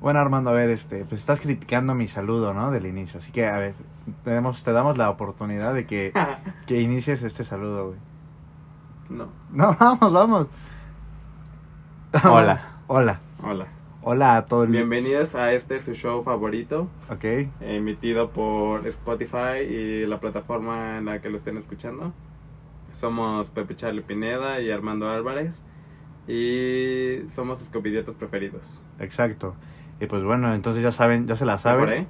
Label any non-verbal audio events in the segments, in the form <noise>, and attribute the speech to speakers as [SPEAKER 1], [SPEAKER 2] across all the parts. [SPEAKER 1] Bueno, Armando, a ver, este, pues estás criticando mi saludo, ¿no? Del inicio. Así que, a ver, tenemos, te damos la oportunidad de
[SPEAKER 2] <laughs>
[SPEAKER 1] que, que inicies este saludo, güey.
[SPEAKER 2] No.
[SPEAKER 1] No, <laughs> vamos, vamos.
[SPEAKER 3] Hola.
[SPEAKER 1] Hola.
[SPEAKER 2] Hola.
[SPEAKER 1] Hola a todo el...
[SPEAKER 2] Bienvenidos a este su show favorito,
[SPEAKER 1] Ok.
[SPEAKER 2] emitido por Spotify y la plataforma en la que lo estén escuchando. Somos Pepe Charlie Pineda y Armando Álvarez. Y somos escopidiotas preferidos.
[SPEAKER 1] Exacto. Y pues bueno, entonces ya saben, ya se la saben.
[SPEAKER 2] ¿Por ahí?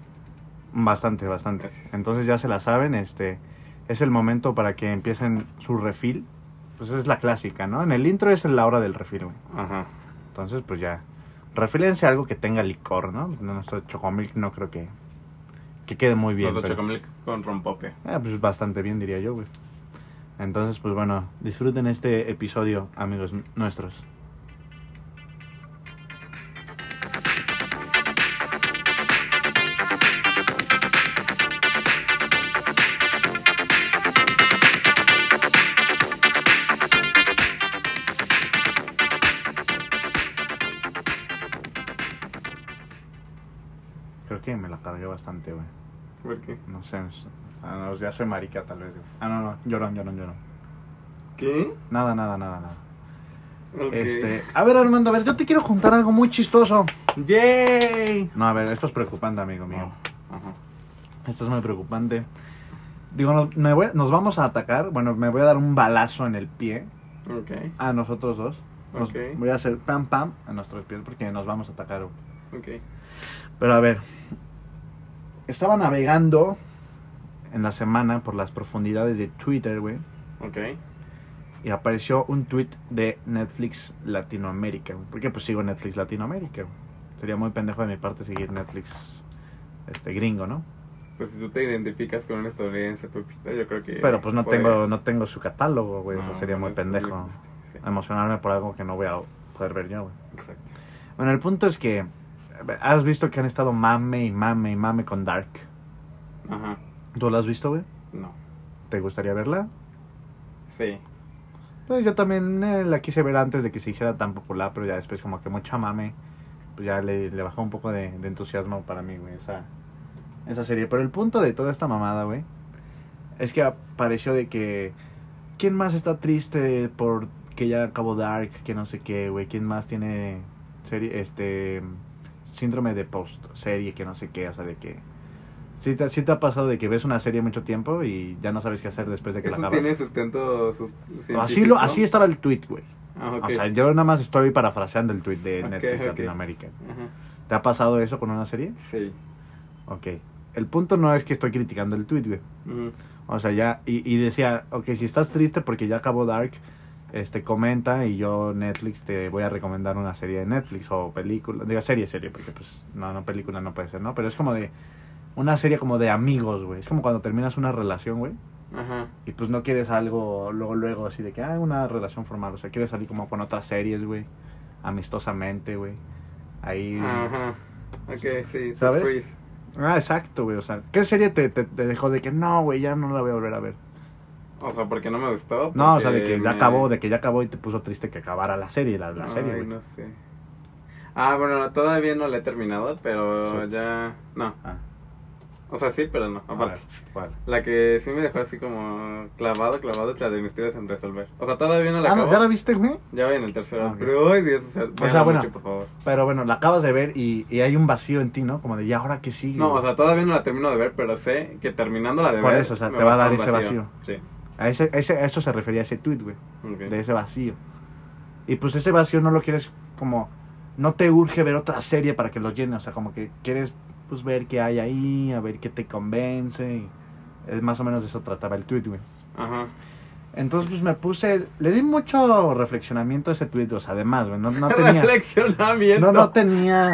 [SPEAKER 1] Bastante, bastante.
[SPEAKER 2] Gracias.
[SPEAKER 1] Entonces ya se la saben, este es el momento para que empiecen su refil. Pues es la clásica, ¿no? En el intro es la hora del refil, güey.
[SPEAKER 2] Ajá.
[SPEAKER 1] Entonces, pues ya. Refílense a algo que tenga licor, ¿no? No, Nuestro chocomilk no creo que, que quede muy bien.
[SPEAKER 2] Nosotros
[SPEAKER 1] pero-
[SPEAKER 2] chocomilk con rompope.
[SPEAKER 1] Ah, pues bastante bien, diría yo, güey. Entonces, pues bueno, disfruten este episodio, amigos n- nuestros. Creo que me la cargué bastante, güey.
[SPEAKER 2] ¿Por qué?
[SPEAKER 1] No sé, es- ah, no, ya soy marica tal vez. güey. Ah, no, no, llorón, llorón, llorón.
[SPEAKER 2] ¿Qué?
[SPEAKER 1] Nada, nada, nada, nada.
[SPEAKER 2] Ok.
[SPEAKER 1] Este, a ver Armando, a ver, yo te quiero contar algo muy chistoso.
[SPEAKER 2] ¡Yay!
[SPEAKER 1] No, a ver, esto es preocupante, amigo mío.
[SPEAKER 2] Ajá.
[SPEAKER 1] Esto es muy preocupante. Digo, nos, me voy- nos vamos a atacar, bueno, me voy a dar un balazo en el pie
[SPEAKER 2] Ok.
[SPEAKER 1] a nosotros dos. Nos-
[SPEAKER 2] Ok.
[SPEAKER 1] Voy a hacer pam pam a nuestros pies porque nos vamos a atacar. güey.
[SPEAKER 2] Ok.
[SPEAKER 1] Pero a ver, estaba navegando en la semana por las profundidades de Twitter, güey.
[SPEAKER 2] Ok.
[SPEAKER 1] Y apareció un tweet de Netflix Latinoamérica, güey. Porque pues sigo Netflix Latinoamérica, güey. Sería muy pendejo de mi parte seguir Netflix este gringo, ¿no?
[SPEAKER 2] Pues si tú te identificas con un estadounidense, Pepito, yo creo que.
[SPEAKER 1] Pero pues no
[SPEAKER 2] podrías.
[SPEAKER 1] tengo no tengo su catálogo, güey. o sea,
[SPEAKER 2] No,
[SPEAKER 1] pues, sería
[SPEAKER 2] no,
[SPEAKER 1] muy
[SPEAKER 2] eso
[SPEAKER 1] pendejo
[SPEAKER 2] Ah, sí, sí.
[SPEAKER 1] emocionarme por algo que no voy a poder ver yo, güey.
[SPEAKER 2] Exacto.
[SPEAKER 1] Bueno, el punto es que eh, has visto que han estado mame y mame y mame con Dark.
[SPEAKER 2] Ajá.
[SPEAKER 1] ¿Tú la has visto, güey?
[SPEAKER 2] No.
[SPEAKER 1] ¿Te gustaría verla?
[SPEAKER 2] Sí.
[SPEAKER 1] Pues yo también eh, la quise ver antes de que se hiciera tan popular, pero ya después como que mucha mame, pues ya le, le bajó un poco de, de entusiasmo para mí, güey, esa, esa serie. Pero el punto de toda esta mamada, güey, es que apareció de que... ¿Quién más está triste por que ya acabó Dark, que no sé qué, güey? ¿Quién más tiene serie, este síndrome de post serie, que no sé qué? O sea, de que... Sí te, sí te ha pasado de que ves una serie mucho tiempo y ya no sabes qué hacer después de que la
[SPEAKER 2] Eso
[SPEAKER 1] acabas.
[SPEAKER 2] tiene sustento. sus-
[SPEAKER 1] Así, lo,
[SPEAKER 2] científico.
[SPEAKER 1] así estaba el tweet, güey.
[SPEAKER 2] Ah, ok.
[SPEAKER 1] O sea, yo nada más estoy parafraseando el tweet de
[SPEAKER 2] Ok,
[SPEAKER 1] Netflix
[SPEAKER 2] ok.
[SPEAKER 1] Latinoamérica.
[SPEAKER 2] Ajá.
[SPEAKER 1] ¿Te ha pasado eso con una serie?
[SPEAKER 2] Sí.
[SPEAKER 1] Ok. El punto no es que estoy criticando el tweet, güey.
[SPEAKER 2] Ujú.
[SPEAKER 1] O sea, ya. Y, y decía, ok, si estás triste porque ya acabó Dark, este, comenta y yo, Netflix, te voy a recomendar una serie de Netflix o película. Digo, serie, serie, porque pues, no, no, película no puede ser, ¿no? Pero es como de. Una serie como de amigos, güey. Es como cuando terminas una relación, güey.
[SPEAKER 2] Ajá.
[SPEAKER 1] Y pues no quieres algo luego, luego, así de que, ah, una relación formal. O sea, quieres salir como con otras series, güey. Amistosamente, güey. Ahí.
[SPEAKER 2] Ajá. Ok, sí.
[SPEAKER 1] ¿Sabes?
[SPEAKER 2] sus quiz.
[SPEAKER 1] Ah, exacto, güey. O sea, ¿qué serie te, te, te dejó de que no, güey, ya no la voy a volver a ver?
[SPEAKER 2] O sea, porque no me gustó.
[SPEAKER 1] No, o sea, de
[SPEAKER 2] porque
[SPEAKER 1] que ya
[SPEAKER 2] me-
[SPEAKER 1] acabó, de que ya acabó y te puso triste que acabara la serie, la, la
[SPEAKER 2] Ay,
[SPEAKER 1] serie, güey.
[SPEAKER 2] no sé. Ah, bueno, todavía no la he terminado, pero
[SPEAKER 1] Sí, sí.
[SPEAKER 2] ya. No.
[SPEAKER 1] Ah,
[SPEAKER 2] O sea, sí, pero no. Aparte.
[SPEAKER 1] a ver, ¿cuál?
[SPEAKER 2] La que sí me dejó así como clavado, clavado es la de misterios en resolver. O sea, todavía no la
[SPEAKER 1] Ah,
[SPEAKER 2] acabo.
[SPEAKER 1] no, ¿ya la viste, güey?
[SPEAKER 2] Ya voy en el tercero.
[SPEAKER 1] Ah, ok.
[SPEAKER 2] Pero, ay, Dios, o sea, véanla
[SPEAKER 1] sea, bueno.
[SPEAKER 2] mucho, por favor.
[SPEAKER 1] Pero bueno, la acabas de ver y, y hay un vacío en ti, ¿no? Como de, ¿y ahora qué sigue?
[SPEAKER 2] No,
[SPEAKER 1] güey?"
[SPEAKER 2] o sea, todavía no la termino de ver, pero sé que terminando la de
[SPEAKER 1] Por
[SPEAKER 2] ver.
[SPEAKER 1] eso, o sea,
[SPEAKER 2] me
[SPEAKER 1] te va a dar
[SPEAKER 2] dejar
[SPEAKER 1] ese
[SPEAKER 2] Sí.
[SPEAKER 1] a, ese, ese- a eso se refería ese tweet, güey.
[SPEAKER 2] ok.
[SPEAKER 1] de ese vacío. Y pues ese vacío no lo quieres como, no te urge ver otra serie para que lo llene, o sea, como que quieres pues ver qué hay ahí, a ver qué te convence. y es más o menos de eso trataba el tweet, güey.
[SPEAKER 2] Ajá. <laughs>
[SPEAKER 1] Entonces pues me puse, le di mucho reflexionamiento a ese tweet, o sea, además, güey,
[SPEAKER 2] <laughs>
[SPEAKER 1] no, no tenía...
[SPEAKER 2] Reflexionamiento.
[SPEAKER 1] No, no tenía...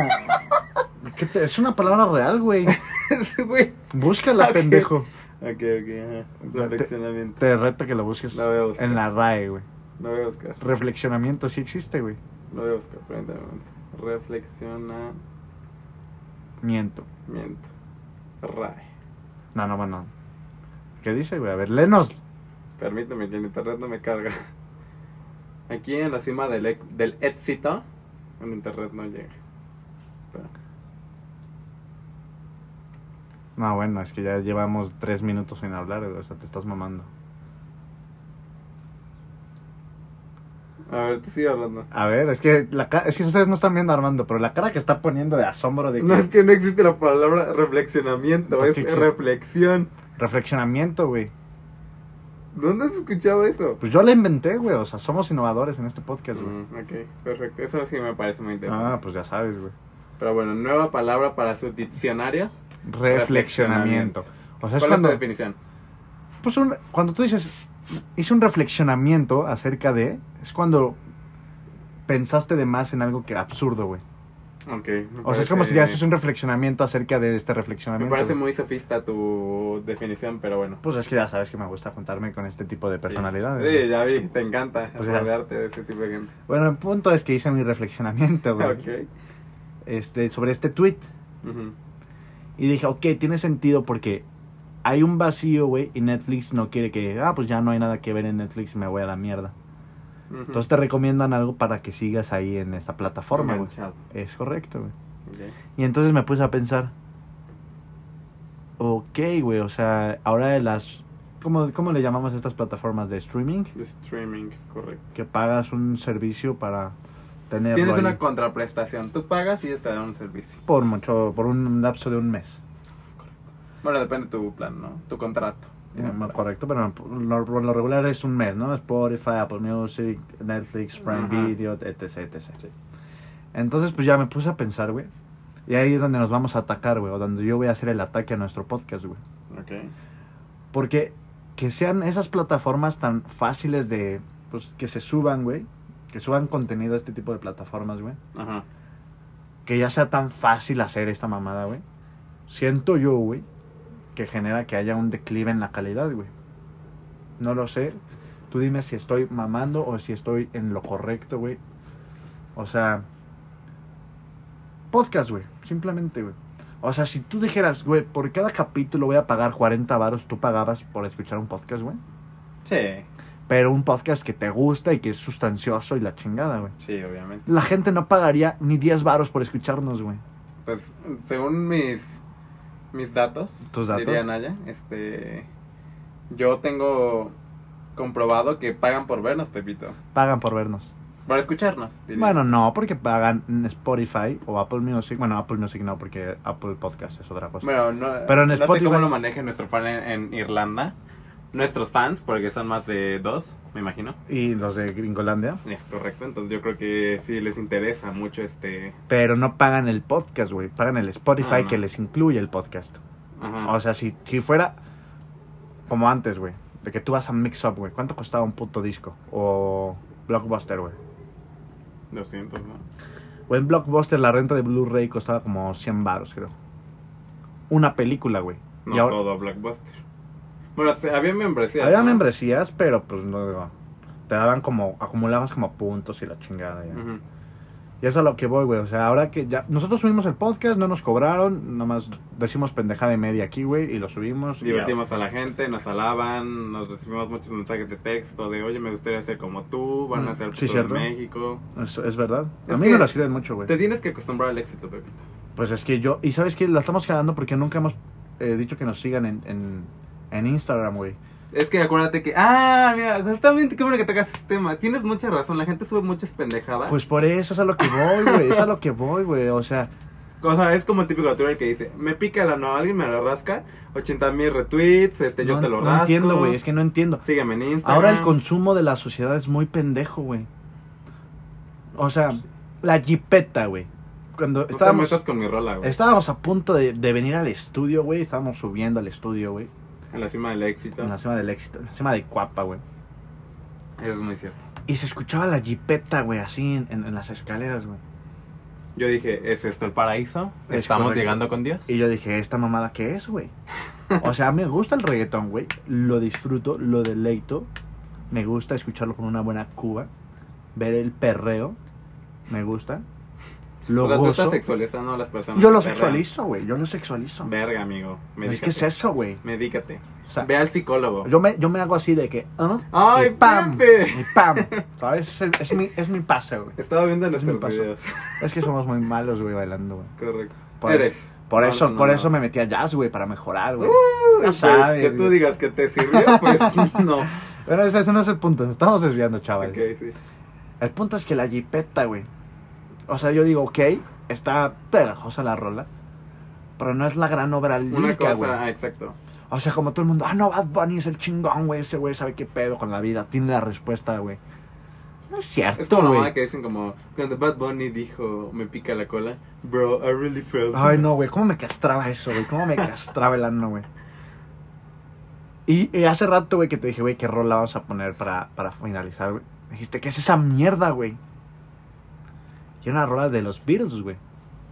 [SPEAKER 1] ¿Qué te- es una palabra real, güey.
[SPEAKER 2] <laughs> Sí, güey.
[SPEAKER 1] Búscala,
[SPEAKER 2] <laughs> Ok.
[SPEAKER 1] pendejo.
[SPEAKER 2] Ok, ok, ajá. Reflexionamiento.
[SPEAKER 1] Te reto que lo busques
[SPEAKER 2] La voy a buscar.
[SPEAKER 1] en la RAE, güey.
[SPEAKER 2] Lo voy a buscar.
[SPEAKER 1] Reflexionamiento sí existe, güey.
[SPEAKER 2] Lo voy a buscar. Permítame un momento. Reflexionamiento.
[SPEAKER 1] Miento.
[SPEAKER 2] Ray.
[SPEAKER 1] No, no, bueno. ¿Qué dice, güey? A ver, lenos.
[SPEAKER 2] Permíteme que el internet no me carga. e- Aquí en la cima del, ec- del éxito, el internet no llega. Espera.
[SPEAKER 1] No, bueno, es que ya llevamos tres minutos sin hablar, güey, o sea, te estás mamando.
[SPEAKER 2] A ver, tú sigue hablando.
[SPEAKER 1] A ver, es que la ca- es que ustedes no están viendo a Armando, pero la cara que está poniendo de asombro de que-
[SPEAKER 2] No es que no existe la palabra reflexionamiento,
[SPEAKER 1] Pues
[SPEAKER 2] es
[SPEAKER 1] que existe.
[SPEAKER 2] reflexión.
[SPEAKER 1] reflexionamiento, güey.
[SPEAKER 2] ¿Dónde has escuchado eso?
[SPEAKER 1] Pues yo la inventé, güey, o sea, somos innovadores en este podcast, güey.
[SPEAKER 2] Mm, ok, perfecto. Eso sí me parece muy interesante.
[SPEAKER 1] Ah, pues ya sabes, güey.
[SPEAKER 2] Pero bueno, nueva palabra para su diccionario.
[SPEAKER 1] Reflexionamiento. O sea,
[SPEAKER 2] ¿Cuál
[SPEAKER 1] es
[SPEAKER 2] es
[SPEAKER 1] cuando
[SPEAKER 2] la definición?
[SPEAKER 1] pues un- cuando tú dices hice un reflexionamiento acerca de es cuando pensaste de más en algo que absurdo, güey.
[SPEAKER 2] Ok. me
[SPEAKER 1] O sea, es como si ya
[SPEAKER 2] parece-
[SPEAKER 1] haces un reflexionamiento acerca de este
[SPEAKER 2] Me
[SPEAKER 1] reflexionamiento.
[SPEAKER 2] parece
[SPEAKER 1] güey.
[SPEAKER 2] muy sofista tu definición, pero bueno.
[SPEAKER 1] Pues es que ya sabes que me gusta juntarme con este tipo de
[SPEAKER 2] Sí.
[SPEAKER 1] personalidades.
[SPEAKER 2] Sí,
[SPEAKER 1] güey.
[SPEAKER 2] ya vi, te encanta
[SPEAKER 1] Pues ya.
[SPEAKER 2] rodearte de este tipo de
[SPEAKER 1] <laughs>
[SPEAKER 2] gente.
[SPEAKER 1] Bueno, el punto es que hice mi reflexionamiento, güey.
[SPEAKER 2] Ok.
[SPEAKER 1] Este, sobre este tweet.
[SPEAKER 2] Ujú.
[SPEAKER 1] Y dije, ok, tiene sentido porque hay un vacío, güey, y Netflix no quiere que, ah, pues ya no hay nada que ver en Netflix, me voy a la mierda.
[SPEAKER 2] Ujú.
[SPEAKER 1] Entonces te recomiendan algo para que sigas ahí en esta plataforma, güey.
[SPEAKER 2] Enganchado.
[SPEAKER 1] Es correcto, güey.
[SPEAKER 2] Ok.
[SPEAKER 1] Y entonces me puse a pensar, ok, güey, o sea, ahora de las... ¿cómo, ¿Cómo le llamamos a estas plataformas de streaming?
[SPEAKER 2] De streaming, correcto.
[SPEAKER 1] Que pagas un servicio para tener...
[SPEAKER 2] Tienes una contraprestación. Tú pagas y ellos te dan un servicio.
[SPEAKER 1] Por mucho, por un lapso de un mes.
[SPEAKER 2] Bueno, depende de tu plan, ¿no? Tu contrato.
[SPEAKER 1] No, no, Mm, Eh, correcto, pero lo, por lo regular es un mes, ¿no? Spotify, Apple Music, Netflix, Prime
[SPEAKER 2] Ajá.
[SPEAKER 1] Video, etc, etc. Entonces, pues ya me puse a pensar, güey. Y ahí es donde nos vamos a atacar, güey. O donde yo voy a hacer el ataque a nuestro podcast, güey.
[SPEAKER 2] Ok.
[SPEAKER 1] Porque que sean esas plataformas tan fáciles de... Pues que se suban, güey. Que suban contenido a este tipo de plataformas, güey.
[SPEAKER 2] Ajá.
[SPEAKER 1] Que ya sea tan fácil hacer esta mamada, güey. Siento yo, güey, que genera que haya un declive en la calidad, güey. No lo sé. Tú dime si estoy mamando o si estoy en lo correcto, güey. O sea, podcast, güey. Simplemente, güey. O sea, si tú dijeras, güey, por cada capítulo voy a pagar 40 varos, tú pagabas por escuchar un podcast, güey.
[SPEAKER 2] Sí,
[SPEAKER 1] Pero un podcast que te gusta y que es sustancioso y la chingada, güey.
[SPEAKER 2] sí, obviamente.
[SPEAKER 1] La gente no pagaría ni 10 varos por escucharnos, güey.
[SPEAKER 2] Pues, según mis, mis datos,
[SPEAKER 1] ¿Tus datos?
[SPEAKER 2] diría Naya, este, yo tengo comprobado que pagan por vernos, Pepito.
[SPEAKER 1] Pagan por vernos.
[SPEAKER 2] Por escucharnos, diría.
[SPEAKER 1] Bueno, no, porque pagan en Spotify o Apple Music. Bueno, Apple Music no, porque Apple Podcast es otra cosa.
[SPEAKER 2] Bueno, no,
[SPEAKER 1] Pero en
[SPEAKER 2] no sé
[SPEAKER 1] Spotify-
[SPEAKER 2] cómo lo maneja nuestro fan en, en Irlanda. Nuestros fans, porque son más de dos, me imagino.
[SPEAKER 1] y los de Gringolandia.
[SPEAKER 2] Es correcto, entonces yo creo que sí les interesa mucho este...
[SPEAKER 1] Pero no pagan el podcast, güey. Pagan el Spotify
[SPEAKER 2] Ah, no.
[SPEAKER 1] que les incluye el podcast.
[SPEAKER 2] Ajá.
[SPEAKER 1] O sea, si, si fuera como antes, güey. De que tú vas a Mix Up, güey. ¿Cuánto costaba un puto disco? O Blockbuster, güey.
[SPEAKER 2] 200, ¿no?
[SPEAKER 1] O en Blockbuster la renta de Blu-ray costaba como 100 baros, creo. Una película, güey.
[SPEAKER 2] No
[SPEAKER 1] y ahora
[SPEAKER 2] todo Blockbuster. Bueno, se- había membresía.
[SPEAKER 1] había
[SPEAKER 2] ¿no?
[SPEAKER 1] membresías, pero pues no digo, te daban como acumulabas como puntos y la chingada ya.
[SPEAKER 2] Ujú.
[SPEAKER 1] Y eso es a lo que voy, güey. O sea, ahora que ya. Nosotros subimos el podcast, no nos cobraron. Nomás decimos pendejada y media aquí, güey. Y lo subimos. y ya.
[SPEAKER 2] Divertimos a la gente, nos alaban, nos recibimos muchos mensajes de texto de oye, me gustaría ser como tú, van a
[SPEAKER 1] Mm,
[SPEAKER 2] ser
[SPEAKER 1] sí,
[SPEAKER 2] futuros
[SPEAKER 1] cierto. Pues.
[SPEAKER 2] México.
[SPEAKER 1] Es, es verdad. a
[SPEAKER 2] Es
[SPEAKER 1] mí
[SPEAKER 2] que-
[SPEAKER 1] me lo escriben mucho, güey.
[SPEAKER 2] Te tienes que acostumbrar al éxito, Pepito.
[SPEAKER 1] Pues es que yo. Y sabes que la estamos cagando porque nunca hemos eh, dicho que nos sigan en, en, en Instagram, güey.
[SPEAKER 2] Es que acuérdate que, ah, mira, justamente qué bueno que tocas este tema. Tienes mucha razón, la gente sube muchas pendejadas.
[SPEAKER 1] Pues por eso es a lo que voy, güey. Es a lo que voy, güey. O sea,
[SPEAKER 2] O sea, es como el típico youtuber que dice, me pica la no, alguien me lo rasca, 80 mil retweets, este, yo
[SPEAKER 1] no,
[SPEAKER 2] te lo
[SPEAKER 1] no
[SPEAKER 2] rasco.
[SPEAKER 1] entiendo, güey. Es que no entiendo.
[SPEAKER 2] Sígueme en Instagram.
[SPEAKER 1] Ahora el consumo de la sociedad es muy pendejo, güey. O sea, la jipeta, güey. Cuando
[SPEAKER 2] No te
[SPEAKER 1] estábamos,
[SPEAKER 2] metas con mi rola, güey.
[SPEAKER 1] estábamos a punto de, de venir al estudio, güey. Estábamos subiendo al estudio, güey.
[SPEAKER 2] En la cima del éxito.
[SPEAKER 1] En la cima del éxito, en la cima de Cuapa, güey.
[SPEAKER 2] Eso es muy cierto.
[SPEAKER 1] Y se escuchaba la jipeta, güey, así en, en- en las escaleras, güey.
[SPEAKER 2] Yo dije, ¿es esto el paraíso?
[SPEAKER 1] Es
[SPEAKER 2] ¿Estamos
[SPEAKER 1] correcto.
[SPEAKER 2] llegando con Dios?
[SPEAKER 1] Y yo dije, ¿esta mamada qué es, güey? O sea, me gusta el reggaetón, güey. Lo disfruto, lo deleito. Me gusta escucharlo con una buena cuba. Ver el perreo. Me gusta. Lo
[SPEAKER 2] o sea, tú estás
[SPEAKER 1] gozo.
[SPEAKER 2] sexualizando a las personas.
[SPEAKER 1] Yo lo
[SPEAKER 2] que perrean.
[SPEAKER 1] sexualizo, güey. Yo lo sexualizo.
[SPEAKER 2] Verga, amigo.
[SPEAKER 1] Es
[SPEAKER 2] Medícate.
[SPEAKER 1] que es eso, güey.
[SPEAKER 2] Medícate.
[SPEAKER 1] O sea,
[SPEAKER 2] Ve al psicólogo.
[SPEAKER 1] yo me, yo me hago así de que. ¿ah?
[SPEAKER 2] ¡Ay,
[SPEAKER 1] y pam.
[SPEAKER 2] Pepe!
[SPEAKER 1] Y pam. ¿Sabes? Es, el- es mi, es mi pase, güey.
[SPEAKER 2] Estaba viendo
[SPEAKER 1] mi
[SPEAKER 2] nuestros
[SPEAKER 1] paso.
[SPEAKER 2] videos.
[SPEAKER 1] Es que somos muy malos, güey, bailando, güey.
[SPEAKER 2] Correcto.
[SPEAKER 1] Por
[SPEAKER 2] Eres.
[SPEAKER 1] Por
[SPEAKER 2] No,
[SPEAKER 1] eso,
[SPEAKER 2] no, no,
[SPEAKER 1] por
[SPEAKER 2] no.
[SPEAKER 1] eso me metí a jazz, güey, para mejorar, güey.
[SPEAKER 2] Uh, pues,
[SPEAKER 1] sabes,
[SPEAKER 2] que tú
[SPEAKER 1] güey.
[SPEAKER 2] digas que te sirvió, pues
[SPEAKER 1] <laughs>
[SPEAKER 2] <laughs> no.
[SPEAKER 1] Pero ese, ese no es el punto, nos estamos desviando, chaval.
[SPEAKER 2] Ok, sí.
[SPEAKER 1] El punto es que la jipeta, güey. O sea, yo digo, ok, está pegajosa la rola, pero no es la gran obra
[SPEAKER 2] Una
[SPEAKER 1] lírica,
[SPEAKER 2] cosa,
[SPEAKER 1] güey.
[SPEAKER 2] ah, exacto.
[SPEAKER 1] O sea, como todo el mundo, ah, no, Bad Bunny es el chingón, güey, ese güey sabe qué pedo con la vida, tiene la respuesta, güey. No es
[SPEAKER 2] Es
[SPEAKER 1] cierto,
[SPEAKER 2] como la mamá
[SPEAKER 1] güey.
[SPEAKER 2] que dicen como, cuando Bad Bunny dijo, me pica la cola, bro, I really felt
[SPEAKER 1] Ay,
[SPEAKER 2] it".
[SPEAKER 1] no, güey, ¿cómo me castraba eso, güey? ¿Cómo me castraba el ano, güey? Y eh, hace rato, güey, que te dije, güey, ¿qué rola vamos a poner para, para finalizar, güey? Me dijiste, ¿qué es esa mierda, güey? Y una rola de los Beatles, güey.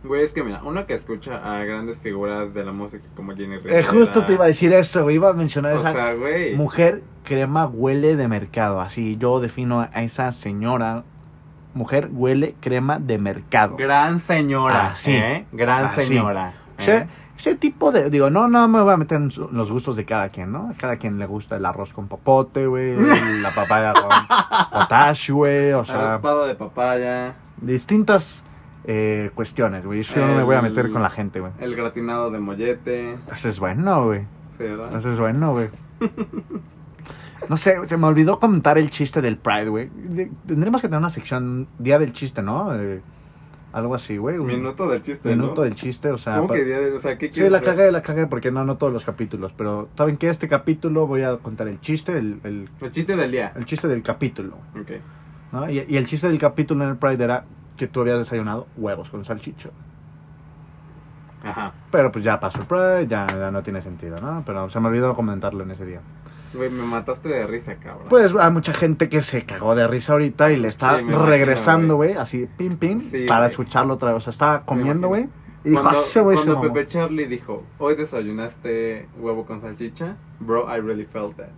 [SPEAKER 2] Güey, es que mira, uno que escucha a grandes figuras de la música como Jenny Rivera.
[SPEAKER 1] Eh, justo te iba a decir eso, güey. Iba a mencionar
[SPEAKER 2] O
[SPEAKER 1] esa
[SPEAKER 2] sea, güey.
[SPEAKER 1] mujer crema huele de mercado. Así yo defino a esa señora. Mujer huele crema de mercado.
[SPEAKER 2] Gran señora,
[SPEAKER 1] Ah, sí.
[SPEAKER 2] ¿eh? Gran
[SPEAKER 1] Ah, sí.
[SPEAKER 2] señora. ¿eh?
[SPEAKER 1] Ese, ese tipo de. Digo, no, no me voy a meter en su- los gustos de cada quien, ¿no? A cada quien le gusta el arroz con popote, güey.
[SPEAKER 2] <laughs>
[SPEAKER 1] la papaya con potash, güey. O sea,
[SPEAKER 2] Raspado de papaya,
[SPEAKER 1] distintas eh, cuestiones, güey. Yo no me voy a meter
[SPEAKER 2] El-
[SPEAKER 1] con la gente, güey.
[SPEAKER 2] el gratinado de mollete,
[SPEAKER 1] Eso es bueno, güey.
[SPEAKER 2] ¿sí, verdad?
[SPEAKER 1] Entonces, bueno, güey. No sé, se me olvidó contar el chiste del Pride, güey. De- Tendremos que tener una sección día del chiste, ¿no? Eh, algo así, güey. un
[SPEAKER 2] Minuto del chiste,
[SPEAKER 1] minuto
[SPEAKER 2] ¿no?
[SPEAKER 1] del chiste, o sea.
[SPEAKER 2] ¿Cómo
[SPEAKER 1] pa-
[SPEAKER 2] que día de- o sea, ¿qué
[SPEAKER 1] Sí,
[SPEAKER 2] quieres
[SPEAKER 1] la
[SPEAKER 2] ver?
[SPEAKER 1] cagué, la cagué, porque no, no todos los capítulos. Pero, ¿saben qué? Este capítulo voy a contar el chiste, el, el,
[SPEAKER 2] El chiste del día.
[SPEAKER 1] el chiste del capítulo,
[SPEAKER 2] Ok.
[SPEAKER 1] ¿no? Y, y el chiste del capítulo en el Pride era que tú habías desayunado huevos con salchicho.
[SPEAKER 2] Ajá.
[SPEAKER 1] Pero pues ya pasó el Pride, ya, ya no tiene sentido, ¿no? Pero se me olvidó comentarlo en ese día.
[SPEAKER 2] Güey, me mataste de risa, cabrón.
[SPEAKER 1] Pues hay mucha gente que se cagó de risa ahorita y le está
[SPEAKER 2] Sí, me imagino,
[SPEAKER 1] regresando, güey, así pim pim,
[SPEAKER 2] Sí,
[SPEAKER 1] para
[SPEAKER 2] güey.
[SPEAKER 1] escucharlo otra vez. O sea, estaba comiendo, güey.
[SPEAKER 2] imagino.
[SPEAKER 1] Y dijo,
[SPEAKER 2] cuando
[SPEAKER 1] "Ah, ese güey se
[SPEAKER 2] cuando
[SPEAKER 1] mamó".
[SPEAKER 2] Pepe Charlie dijo, hoy desayunaste huevo con salchicha, bro, I really felt that.